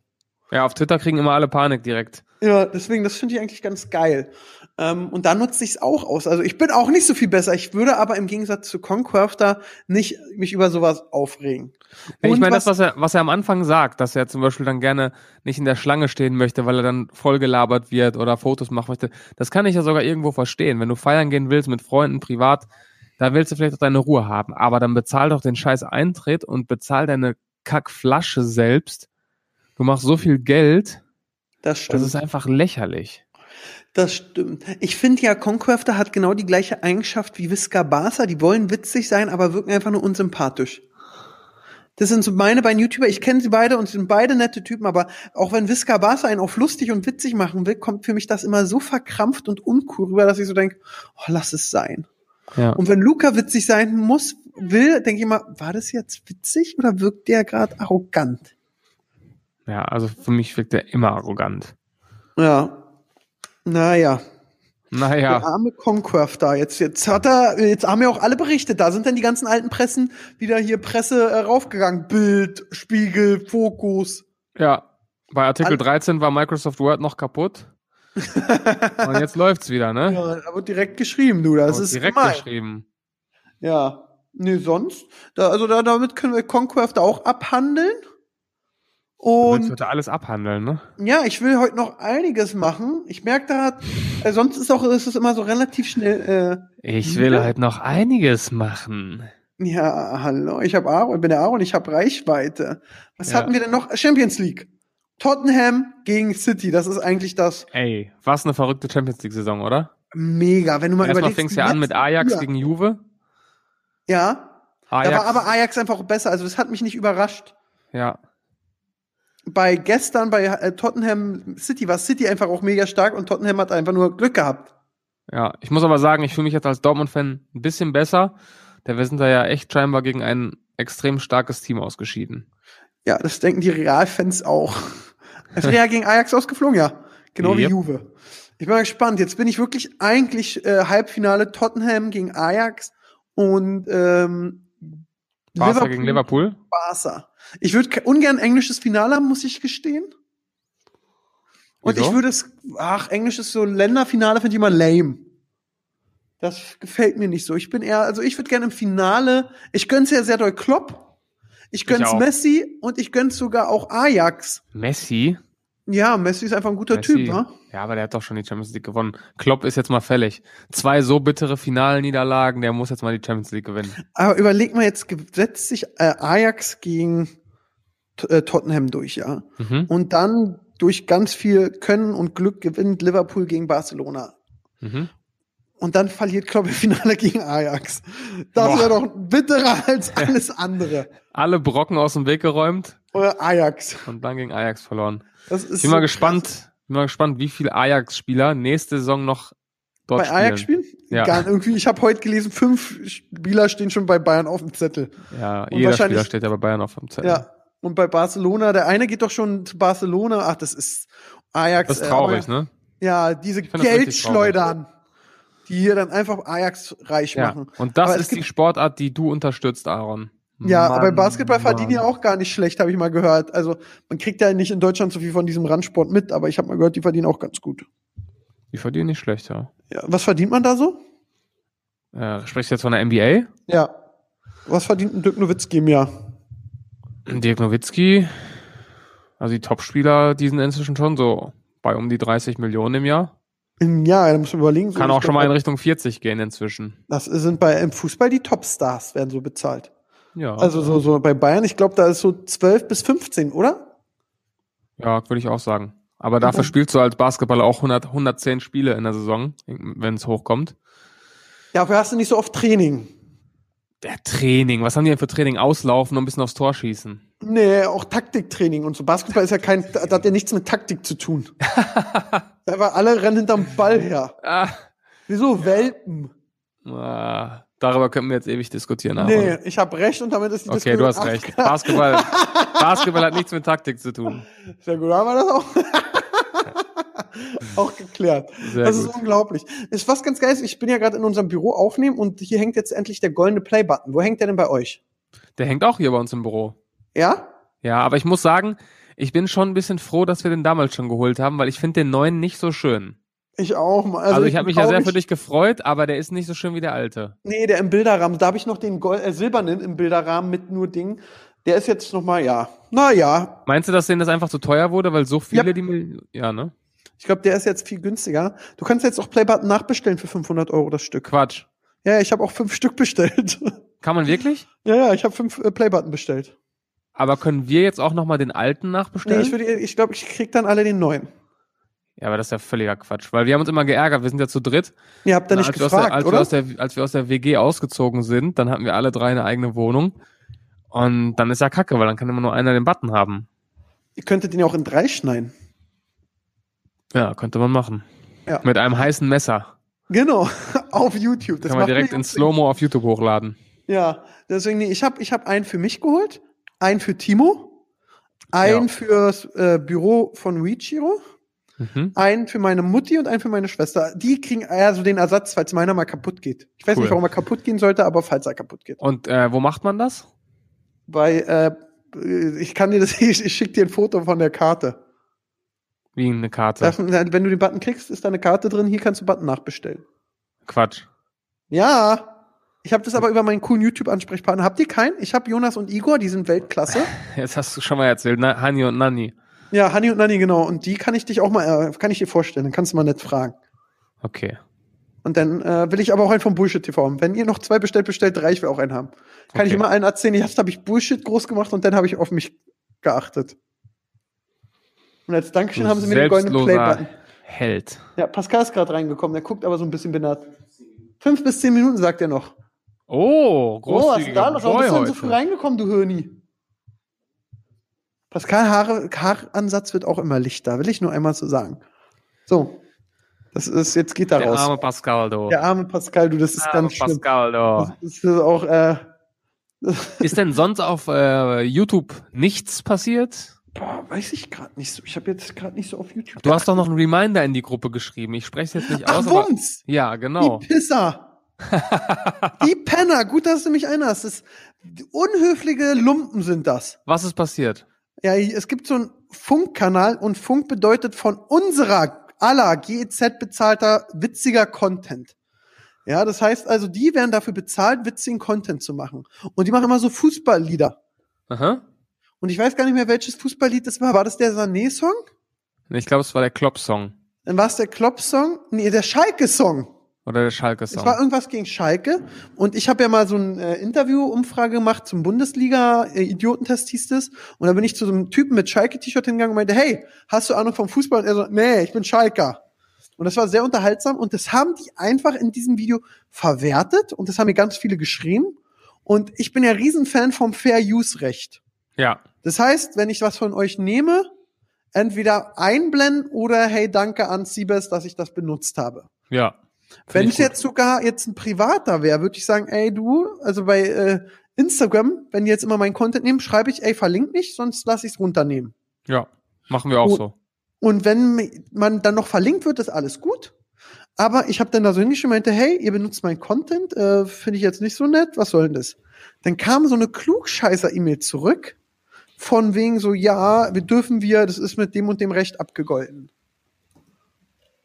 Speaker 3: Ja, auf Twitter kriegen immer alle Panik direkt.
Speaker 2: Ja, deswegen, das finde ich eigentlich ganz geil. Ähm, und da nutze ich es auch aus. Also ich bin auch nicht so viel besser. Ich würde aber im Gegensatz zu Concrafter nicht mich über sowas aufregen.
Speaker 3: Ja, ich
Speaker 2: Und
Speaker 3: meine,
Speaker 2: was-
Speaker 3: das, was er, was er am Anfang sagt, dass er zum Beispiel dann gerne nicht in der Schlange stehen möchte, weil er dann vollgelabert wird oder Fotos machen möchte, das kann ich ja sogar irgendwo verstehen. Wenn du feiern gehen willst mit Freunden, privat, da willst du vielleicht auch deine Ruhe haben. Aber dann bezahl doch den scheiß Eintritt und bezahl deine Kackflasche selbst. Du machst so viel Geld,
Speaker 2: Das
Speaker 3: das
Speaker 2: stimmt.
Speaker 3: ist einfach lächerlich.
Speaker 2: Das stimmt. Ich finde ja, Concrafter hat genau die gleiche Eigenschaft wie Visca Barca. Die wollen witzig sein, aber wirken einfach nur unsympathisch. Das sind so meine beiden YouTuber. Ich kenne sie beide und sie sind beide nette Typen, aber auch wenn Visca Barca einen auf lustig und witzig machen will, kommt für mich das immer so verkrampft und uncool rüber, dass ich so denke, oh, lass es sein.
Speaker 3: Ja.
Speaker 2: Und wenn Luca witzig sein muss, will, denke ich mal, war das jetzt witzig oder wirkt der gerade arrogant?
Speaker 3: ja, also für mich wirkt er immer arrogant.
Speaker 2: Ja. Naja. Der
Speaker 3: Naja,
Speaker 2: arme Concrafter. Jetzt, jetzt hat er, jetzt haben ja auch alle berichtet. Da sind dann die ganzen alten Pressen wieder hier Presse äh, raufgegangen. Bild, Spiegel, Fokus.
Speaker 3: ja. Bei Artikel
Speaker 2: Al-
Speaker 3: 13 war Microsoft Word noch kaputt. Und jetzt läuft's wieder, ne?
Speaker 2: Ja, da wird direkt geschrieben, du. Das
Speaker 3: Aber
Speaker 2: ist
Speaker 3: Oh, direkt
Speaker 2: gemein.
Speaker 3: geschrieben.
Speaker 2: Ja. Nee, sonst. Da, also da, damit können wir Concrafter auch abhandeln.
Speaker 3: Du willst
Speaker 2: Und
Speaker 3: heute alles abhandeln, ne?
Speaker 2: ja, ich will heute noch einiges machen. Ich merke da, hat- äh, sonst ist auch, ist es immer so relativ schnell.
Speaker 3: Ich
Speaker 2: will
Speaker 3: will
Speaker 2: Ja.
Speaker 3: halt noch einiges machen.
Speaker 2: Äh, ja, hallo, ich habe Aaron, bin der Aaron, ich habe Reichweite. Was
Speaker 3: Ja.
Speaker 2: hatten wir denn noch? Champions League. Tottenham gegen City, das ist eigentlich das
Speaker 3: Ey, was eine verrückte Champions League Saison, oder?
Speaker 2: Mega. Wenn du mal
Speaker 3: Erstmal
Speaker 2: überlegst.
Speaker 3: fing es
Speaker 2: die
Speaker 3: ja an mit
Speaker 2: letzten
Speaker 3: Ajax
Speaker 2: Spiele-
Speaker 3: gegen Juve.
Speaker 2: Ja,
Speaker 3: Ajax,
Speaker 2: da war aber Ajax einfach besser. Also das hat mich nicht überrascht.
Speaker 3: ja,
Speaker 2: Bei gestern bei äh, Tottenham City war City einfach auch mega stark und Tottenham hat einfach nur Glück gehabt.
Speaker 3: ja. Ich muss aber sagen, ich fühle mich jetzt als Dortmund-Fan ein bisschen besser, denn wir sind da ja echt scheinbar gegen ein extrem starkes Team ausgeschieden.
Speaker 2: Ja, das denken die Real-Fans auch. Ist Real gegen Ajax ausgeflogen, ja. Genau wie
Speaker 3: Yep.
Speaker 2: Juve. Ich bin mal gespannt. Jetzt bin ich wirklich eigentlich äh, Halbfinale Tottenham gegen Ajax und ähm,
Speaker 3: Barca gegen Liverpool?
Speaker 2: Barca. Ich würde ungern englisches Finale haben, muss ich gestehen. Und
Speaker 3: Wieso?
Speaker 2: ich würde es, ach, Englisch ist so Länderfinale, finde ich immer lame. Das gefällt mir nicht so. Ich bin eher, also ich würde gerne im Finale, ich gönn's ja sehr doll Klopp, ich gönn's
Speaker 3: auch.
Speaker 2: Messi und ich gönn's sogar auch Ajax.
Speaker 3: Messi?
Speaker 2: Ja, Messi ist einfach ein guter
Speaker 3: Messi.
Speaker 2: Typ, ne?
Speaker 3: Ja, aber der hat doch schon die Champions League gewonnen. Klopp ist jetzt mal fällig. Zwei so bittere Finalniederlagen, der muss jetzt mal die Champions League gewinnen.
Speaker 2: Aber überleg mal jetzt, setzt sich äh, Ajax gegen T- äh, Tottenham durch, ja?
Speaker 3: Mhm.
Speaker 2: Und dann durch ganz viel Können und Glück gewinnt Liverpool gegen Barcelona.
Speaker 3: Mhm.
Speaker 2: Und dann verliert Klopp im Finale gegen Ajax. Das wäre doch bitterer als alles andere.
Speaker 3: Alle Brocken aus dem Weg geräumt
Speaker 2: Oder Ajax.
Speaker 3: und dann gegen Ajax verloren.
Speaker 2: Das ist
Speaker 3: Ich bin mal
Speaker 2: so
Speaker 3: gespannt, bin mal gespannt, wie viele Ajax-Spieler nächste Saison noch dort
Speaker 2: Bei
Speaker 3: spielen.
Speaker 2: Ajax spielen?
Speaker 3: Ja.
Speaker 2: Gar, irgendwie, ich habe heute gelesen, fünf Spieler stehen schon bei Bayern auf dem Zettel.
Speaker 3: Ja,
Speaker 2: Und
Speaker 3: jeder
Speaker 2: wahrscheinlich-
Speaker 3: Spieler steht ja bei Bayern auf dem Zettel.
Speaker 2: Ja. Und bei Barcelona, der eine geht doch schon zu Barcelona. Ach, das ist Ajax.
Speaker 3: Das ist
Speaker 2: äh,
Speaker 3: traurig,
Speaker 2: aber-
Speaker 3: ne?
Speaker 2: Ja, diese
Speaker 3: find das richtig
Speaker 2: Geldschleudern, die hier dann einfach Ajax reich
Speaker 3: Ja.
Speaker 2: machen.
Speaker 3: Und das
Speaker 2: Aber es
Speaker 3: ist die
Speaker 2: gibt-
Speaker 3: Sportart, die du unterstützt, Aaron.
Speaker 2: Ja,
Speaker 3: Mann,
Speaker 2: aber im Basketball verdienen die
Speaker 3: Mann.
Speaker 2: auch gar nicht schlecht, habe ich mal gehört. Also man kriegt ja nicht in Deutschland so viel von diesem Randsport mit, aber ich habe mal gehört, die verdienen auch ganz gut.
Speaker 3: Die verdienen nicht schlecht, ja.
Speaker 2: Ja, was verdient man da so?
Speaker 3: Äh, sprichst du jetzt von der NBA?
Speaker 2: Ja. Was verdient ein Dirk Nowitzki im Jahr?
Speaker 3: Dirk Nowitzki, also die Topspieler, die sind inzwischen schon so bei um die 30 Millionen im Jahr.
Speaker 2: Im Jahr, da muss man überlegen. So
Speaker 3: Kann
Speaker 2: ich
Speaker 3: auch schon
Speaker 2: glaub,
Speaker 3: mal in Richtung 40 gehen inzwischen.
Speaker 2: Das sind bei im Fußball die Topstars, werden so bezahlt.
Speaker 3: Ja,
Speaker 2: Also so, so bei Bayern, ich glaube, da ist so 12 bis 15, oder?
Speaker 3: ja würde ich auch sagen. Aber dafür
Speaker 2: Und-
Speaker 3: spielst du als Basketballer auch 100, 110 Spiele in der Saison, wenn es hochkommt.
Speaker 2: Ja, aber hast du nicht so oft Training?
Speaker 3: Der Training, was haben die denn für Training? Auslaufen und ein bisschen aufs Tor schießen.
Speaker 2: Nee, auch Taktiktraining und so. Basketball ist ja kein, da hat ja nichts mit Taktik zu tun. Einfach alle rennen hinterm Ball her.
Speaker 3: Ah,
Speaker 2: Wieso Welpen?
Speaker 3: ah, darüber könnten wir jetzt ewig diskutieren. Aaron.
Speaker 2: Nee, ich habe recht und damit ist die
Speaker 3: Okay, du hast
Speaker 2: Diskussion
Speaker 3: recht. Basketball, Basketball hat nichts mit Taktik zu tun.
Speaker 2: abge- Sehr gut, haben wir das auch. auch geklärt.
Speaker 3: Sehr
Speaker 2: das
Speaker 3: gut.
Speaker 2: ist unglaublich. Ist was ganz geil. Ich bin ja gerade in unserem Büro aufnehmen und hier hängt jetzt endlich der goldene Play-Button. Wo hängt der denn bei euch?
Speaker 3: Der hängt auch hier bei uns im Büro.
Speaker 2: Ja?
Speaker 3: Ja, aber ich muss sagen, ich bin schon ein bisschen froh, dass wir den damals schon geholt haben, weil ich finde den neuen nicht so schön.
Speaker 2: Ich auch. Mann.
Speaker 3: Also, ich habe mich ja sehr
Speaker 2: traurig-
Speaker 3: für dich gefreut, aber der ist nicht so schön wie der alte.
Speaker 2: Nee, der im Bilderrahmen. Da habe ich noch den Gold, äh, silbernen im Bilderrahmen mit nur Ding. Der ist jetzt noch mal ja. Naja,
Speaker 3: Meinst du, dass denen das einfach zu teuer wurde, weil so viele
Speaker 2: Ja.
Speaker 3: die Mil- ja, ne?
Speaker 2: ich glaube, der ist jetzt viel günstiger. Du kannst jetzt auch Playbutton nachbestellen für 500 Euro das Stück.
Speaker 3: Quatsch.
Speaker 2: Ja, ja, ich habe auch fünf Stück bestellt.
Speaker 3: Kann man wirklich?
Speaker 2: ja, ja, ich habe fünf äh, Playbutton bestellt.
Speaker 3: Aber können wir jetzt auch noch mal den alten
Speaker 2: Nee,
Speaker 3: nachbestellen?
Speaker 2: ich würde, ich glaube, ich krieg dann alle den neuen.
Speaker 3: ja, aber das ist ja völliger Quatsch, weil wir haben uns immer geärgert, wir sind ja zu dritt.
Speaker 2: Ihr habt da
Speaker 3: Na,
Speaker 2: nicht
Speaker 3: als wir aus
Speaker 2: gefragt,
Speaker 3: der, als,
Speaker 2: oder?
Speaker 3: Wir aus der, als wir aus der WG ausgezogen sind, dann hatten wir alle drei eine eigene Wohnung. Und dann ist ja kacke, weil dann kann immer nur einer den Button haben.
Speaker 2: Ihr könntet den ja auch in drei schneiden.
Speaker 3: Ja, könnte man machen.
Speaker 2: Ja.
Speaker 3: Mit einem heißen Messer.
Speaker 2: Genau, auf YouTube.
Speaker 3: kann man
Speaker 2: macht
Speaker 3: direkt
Speaker 2: mir
Speaker 3: in
Speaker 2: Jungs-
Speaker 3: Slow-Mo auf YouTube hochladen.
Speaker 2: Ja, deswegen, nee, ich habe ich hab einen für mich geholt, einen für Timo, einen
Speaker 3: Ja.
Speaker 2: fürs äh, Büro von Wichiro.
Speaker 3: Mhm.
Speaker 2: einen für meine Mutti und einen für meine Schwester. Die kriegen also den Ersatz, falls meiner mal kaputt geht. Ich weiß
Speaker 3: Cool.
Speaker 2: nicht, warum er kaputt gehen sollte, aber falls er kaputt geht.
Speaker 3: Und äh, wo macht man das?
Speaker 2: Weil äh, ich kann dir das, ich, ich schicke dir ein Foto von der Karte.
Speaker 3: Wie eine Karte.
Speaker 2: Da- Wenn du den Button klickst, ist da eine Karte drin. Hier kannst du Button nachbestellen.
Speaker 3: Quatsch.
Speaker 2: Ja. Ich habe das aber über meinen coolen YouTube-Ansprechpartner. Habt ihr keinen? Ich habe Jonas und Igor, die sind Weltklasse.
Speaker 3: Jetzt hast du schon mal erzählt, Na, Hani und Nani.
Speaker 2: Ja, Hanni und Nanni, genau. Und die kann ich dich auch mal, äh, kann ich dir vorstellen. Dann kannst du mal nett fragen.
Speaker 3: Okay.
Speaker 2: Und dann äh, will ich aber auch einen von Bullshit TV haben. Wenn ihr noch zwei bestellt, bestellt drei, ich will auch einen haben. Kann ich
Speaker 3: Okay.
Speaker 2: immer allen erzählen, erst habe ich Bullshit groß gemacht und dann habe ich auf mich geachtet. Und als Dankeschön
Speaker 3: Du
Speaker 2: haben sie mir den goldenen Playbutton.
Speaker 3: selbstloser Held.
Speaker 2: Ja, Pascal ist gerade reingekommen, der guckt aber so ein bisschen benannt. Fünf bis zehn Minuten, sagt er noch.
Speaker 3: Oh,
Speaker 2: Oh, was ist denn da
Speaker 3: großzügiger
Speaker 2: los? Warum
Speaker 3: Boy
Speaker 2: bist du denn so früh
Speaker 3: heute.
Speaker 2: reingekommen, du Höni? Pascal Haare, Haaransatz wird auch immer lichter, will ich nur einmal so sagen. So. Das ist, jetzt geht da
Speaker 3: Der
Speaker 2: raus. Ah,
Speaker 3: arme Pascaldo.
Speaker 2: Der arme Pascal, du, das ist
Speaker 3: arme
Speaker 2: ganz schlimm.
Speaker 3: Pascaldo.
Speaker 2: Das ist auch, äh,
Speaker 3: Ist denn sonst auf äh, YouTube nichts passiert?
Speaker 2: boah, weiß ich gerade nicht so. Ich habe jetzt gerade nicht so auf YouTube.
Speaker 3: Du hast doch noch einen Reminder in die Gruppe geschrieben. Ich spreche es jetzt nicht
Speaker 2: Ach,
Speaker 3: aus. aber,
Speaker 2: Wumms!
Speaker 3: ja, genau.
Speaker 2: Die Pisser! die Penner! Gut, dass du mich erinnerst. Das, unhöfliche Lumpen sind das.
Speaker 3: Was ist passiert?
Speaker 2: Ja, es gibt so einen Funkkanal und Funk bedeutet von unserer aller GEZ bezahlter witziger Content. Ja, das heißt also, die werden dafür bezahlt, witzigen Content zu machen. Und die machen immer so Fußballlieder.
Speaker 3: Aha.
Speaker 2: Und ich weiß gar nicht mehr, welches Fußballlied das war. War das der Sané-Song?
Speaker 3: Ich glaube, es war der Klopp-Song.
Speaker 2: Dann war es der Klopp-Song. Nee, der Schalke-Song.
Speaker 3: Oder der Schalke-Song?
Speaker 2: Es war irgendwas gegen Schalke und ich habe ja mal so ein äh, Interview-Umfrage gemacht zum Bundesliga-Idiotentest hieß das und da bin ich zu so einem Typen mit Schalke-T-Shirt hingegangen und meinte, hey, hast du Ahnung vom Fußball? Und er so, nee, ich bin Schalker. Und das war sehr unterhaltsam und das haben die einfach in diesem Video verwertet und das haben mir ganz viele geschrieben und ich bin ja Riesenfan vom Fair-Use-Recht.
Speaker 3: Ja.
Speaker 2: Das heißt, wenn ich was von euch nehme, entweder einblenden oder hey, danke an Siebes, dass ich das benutzt habe.
Speaker 3: Ja. Find
Speaker 2: Wenn
Speaker 3: ich
Speaker 2: es
Speaker 3: gut.
Speaker 2: jetzt sogar jetzt ein Privater wäre, würde ich sagen, ey du, also bei äh, Instagram, wenn die jetzt immer meinen Content nehmen, schreibe ich, ey, verlink nicht, sonst lasse ich es runternehmen.
Speaker 3: Ja. Machen wir auch
Speaker 2: Oh.
Speaker 3: so.
Speaker 2: Und wenn mi- man dann noch verlinkt wird, ist alles gut. Aber ich habe dann da so hingeschrieben und meinte, hey, ihr benutzt meinen Content, äh, finde ich jetzt nicht so nett, was soll denn das? Dann kam so eine Klugscheißer-E-Mail zurück, von wegen so, ja, wir dürfen wir, das ist mit dem und dem Recht abgegolten.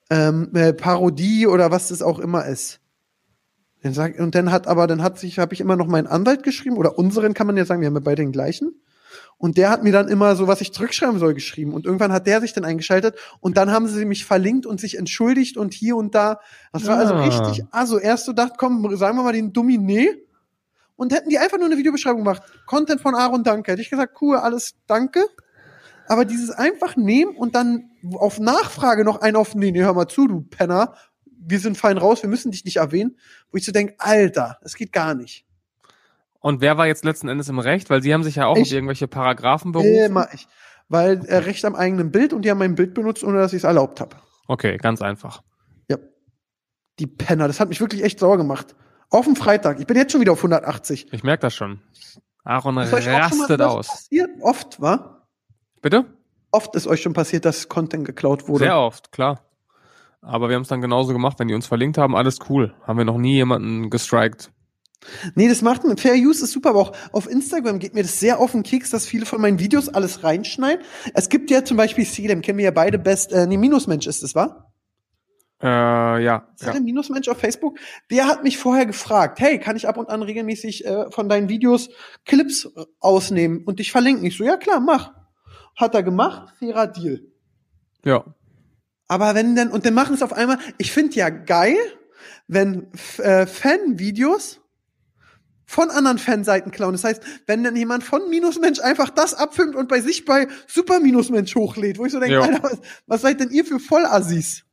Speaker 2: Ähm, äh, Parodie oder was das auch immer ist. Dann sag, und dann hat aber, dann hat sich, habe ich immer noch meinen Anwalt geschrieben, oder unseren kann man ja sagen, wir haben ja beide den gleichen. Und der hat mir dann immer so, was ich zurückschreiben soll, geschrieben. Und irgendwann hat der sich dann eingeschaltet und dann haben sie mich verlinkt und sich entschuldigt und hier und da. Das war also
Speaker 3: Ah.
Speaker 2: richtig. Also erst so dacht, komm, sagen wir mal den Dummi, nee. Und hätten die einfach nur eine Videobeschreibung gemacht. Content von Aaron, danke. Hätte ich gesagt, cool, alles danke. Aber dieses einfach nehmen und dann auf Nachfrage noch einen auf, nee, nee, hör mal zu, du Penner. Wir sind fein raus, wir müssen dich nicht erwähnen. Wo ich so denke, Alter, das geht gar nicht.
Speaker 3: Und wer war jetzt letzten Endes im Recht? Weil sie haben sich ja auch
Speaker 2: Ich-
Speaker 3: auf irgendwelche Paragraphen berufen.
Speaker 2: Immer Äh, ich. Weil äh, Recht am eigenen Bild und die haben mein Bild benutzt, ohne dass ich es erlaubt habe.
Speaker 3: Okay, ganz einfach.
Speaker 2: Die Penner, das hat mich wirklich echt sauer gemacht. Auf dem Freitag. Ich bin jetzt schon wieder auf 180.
Speaker 3: Ich merke das schon. Aaron
Speaker 2: Ist euch auch schon mal
Speaker 3: rastet
Speaker 2: sowas
Speaker 3: aus.
Speaker 2: Passiert? Oft, war?
Speaker 3: Bitte?
Speaker 2: Oft ist euch schon passiert, dass Content geklaut wurde.
Speaker 3: Sehr oft, klar. Aber wir haben es dann genauso gemacht, wenn die uns verlinkt haben, alles cool. Haben wir noch nie jemanden gestrikt.
Speaker 2: Nee, das macht man. Fair Use ist super, aber auch auf Instagram geht mir das sehr auf den Keks, dass viele von meinen Videos alles reinschneiden. Es gibt ja zum Beispiel Sedem, kennen wir ja beide best, äh, nee, Minusmensch ist es, war?
Speaker 3: Äh, ja.
Speaker 2: Ist ja.
Speaker 3: ja.
Speaker 2: der Minusmensch auf Facebook? Der hat mich vorher gefragt, hey, kann ich ab und an regelmäßig äh, von deinen Videos Clips äh, ausnehmen und dich verlinken? Ich so, ja klar, mach. Hat er gemacht, fairer Deal.
Speaker 3: Ja.
Speaker 2: Aber wenn dann, und dann machen es auf einmal, ich finde ja geil, wenn F- äh, Fanvideos von anderen Fanseiten klauen. Das heißt, wenn dann jemand von Minusmensch einfach das abfilmt und bei sich bei Super Minusmensch hochlädt, wo ich so denke,
Speaker 3: Ja.
Speaker 2: Alter, was, was seid denn ihr für Vollassis?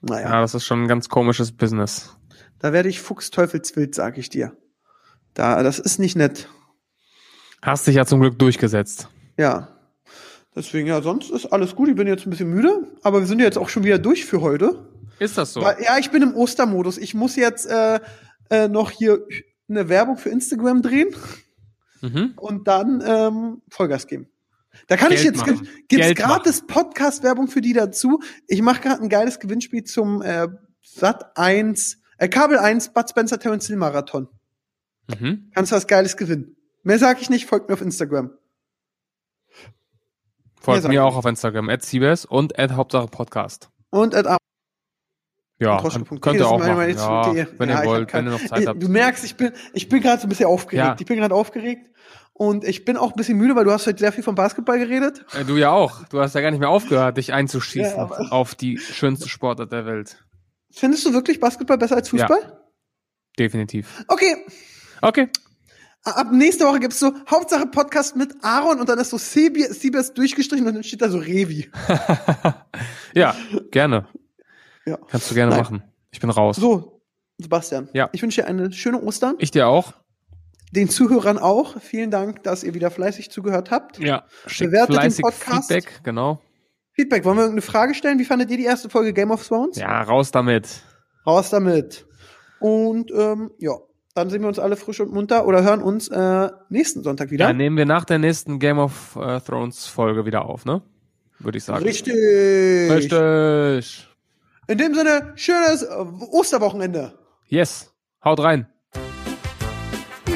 Speaker 2: Naja,
Speaker 3: Ja, das ist schon ein ganz komisches Business.
Speaker 2: da werde ich fuchsteufelswild, sag ich dir. Da, das ist nicht nett.
Speaker 3: Hast dich ja zum Glück durchgesetzt.
Speaker 2: Ja. Deswegen, ja, sonst ist alles gut. Ich bin jetzt ein bisschen müde, aber wir sind ja jetzt auch schon wieder durch für heute.
Speaker 3: Ist das so?
Speaker 2: Weil, ja, ich bin im Ostermodus. Ich muss jetzt äh, äh, noch hier eine Werbung für Instagram drehen
Speaker 3: Mhm.
Speaker 2: und dann ähm, Vollgas geben. Da kann ich
Speaker 3: Geld
Speaker 2: jetzt
Speaker 3: machen.
Speaker 2: gibt- gibt's
Speaker 3: Geld
Speaker 2: gratis Podcast Werbung für die dazu. Ich mache gerade ein geiles Gewinnspiel zum äh, Sat 1 äh, Kabel 1 Bud Spencer Terence Hill Marathon.
Speaker 3: Mhm.
Speaker 2: Kannst du was geiles gewinnen. Mehr sage ich nicht, folgt mir auf Instagram. Ja,
Speaker 3: Folgt
Speaker 2: sag
Speaker 3: mir
Speaker 2: ich.
Speaker 3: auch auf Instagram, at CBS und at Hauptsache Podcast.
Speaker 2: Und at
Speaker 3: Ja,
Speaker 2: Droschke.de,
Speaker 3: könnt könnt ihr
Speaker 2: das
Speaker 3: auch
Speaker 2: ist meine-
Speaker 3: machen.
Speaker 2: meine
Speaker 3: Ja,
Speaker 2: Zuge-
Speaker 3: wenn
Speaker 2: Ja,
Speaker 3: ihr
Speaker 2: ich
Speaker 3: wollt,
Speaker 2: hab kein-
Speaker 3: wenn ihr noch Zeit habt.
Speaker 2: Du merkst, ich bin, ich bin gerade so ein bisschen aufgeregt.
Speaker 3: Ja.
Speaker 2: Ich bin gerade aufgeregt und ich bin auch ein bisschen müde, weil du hast heute sehr viel vom Basketball geredet.
Speaker 3: Äh, Du ja auch. Du hast ja gar nicht mehr aufgehört, dich einzuschießen
Speaker 2: Ja, aber-
Speaker 3: auf die schönste Sportart der Welt.
Speaker 2: Findest du wirklich Basketball besser als Fußball?
Speaker 3: Definitiv.
Speaker 2: Okay.
Speaker 3: Okay.
Speaker 2: Ab nächste Woche gibt's so Hauptsache Podcast mit Aaron und dann ist so Siebers durchgestrichen und dann steht da so Revi.
Speaker 3: ja, gerne.
Speaker 2: Ja.
Speaker 3: Kannst du gerne
Speaker 2: Nein.
Speaker 3: machen. Ich bin raus.
Speaker 2: So, Sebastian.
Speaker 3: Ja.
Speaker 2: Ich wünsche dir eine schöne Ostern.
Speaker 3: Ich dir auch.
Speaker 2: Den Zuhörern auch. Vielen Dank, dass ihr wieder fleißig zugehört habt.
Speaker 3: Ja. Schick
Speaker 2: Bewertet den
Speaker 3: fleißig
Speaker 2: Podcast.
Speaker 3: Feedback, genau.
Speaker 2: Feedback. Wollen wir irgendeine Frage stellen? Wie fandet ihr die erste Folge Game of Thrones?
Speaker 3: Ja, raus damit.
Speaker 2: Raus damit. Und ähm, ja, dann sehen wir uns alle frisch und munter oder hören uns äh, nächsten Sonntag wieder.
Speaker 3: Dann nehmen wir nach der nächsten Game of äh, Thrones Folge wieder auf, ne? Würde ich sagen.
Speaker 2: Richtig.
Speaker 3: Richtig.
Speaker 2: In dem Sinne, schönes äh, Osterwochenende.
Speaker 3: Yes. Haut rein.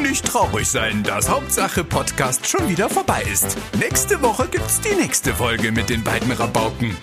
Speaker 1: Nicht traurig sein, dass Hauptsache Podcast schon wieder vorbei ist. Nächste Woche gibt's die nächste Folge mit den beiden Rabauken.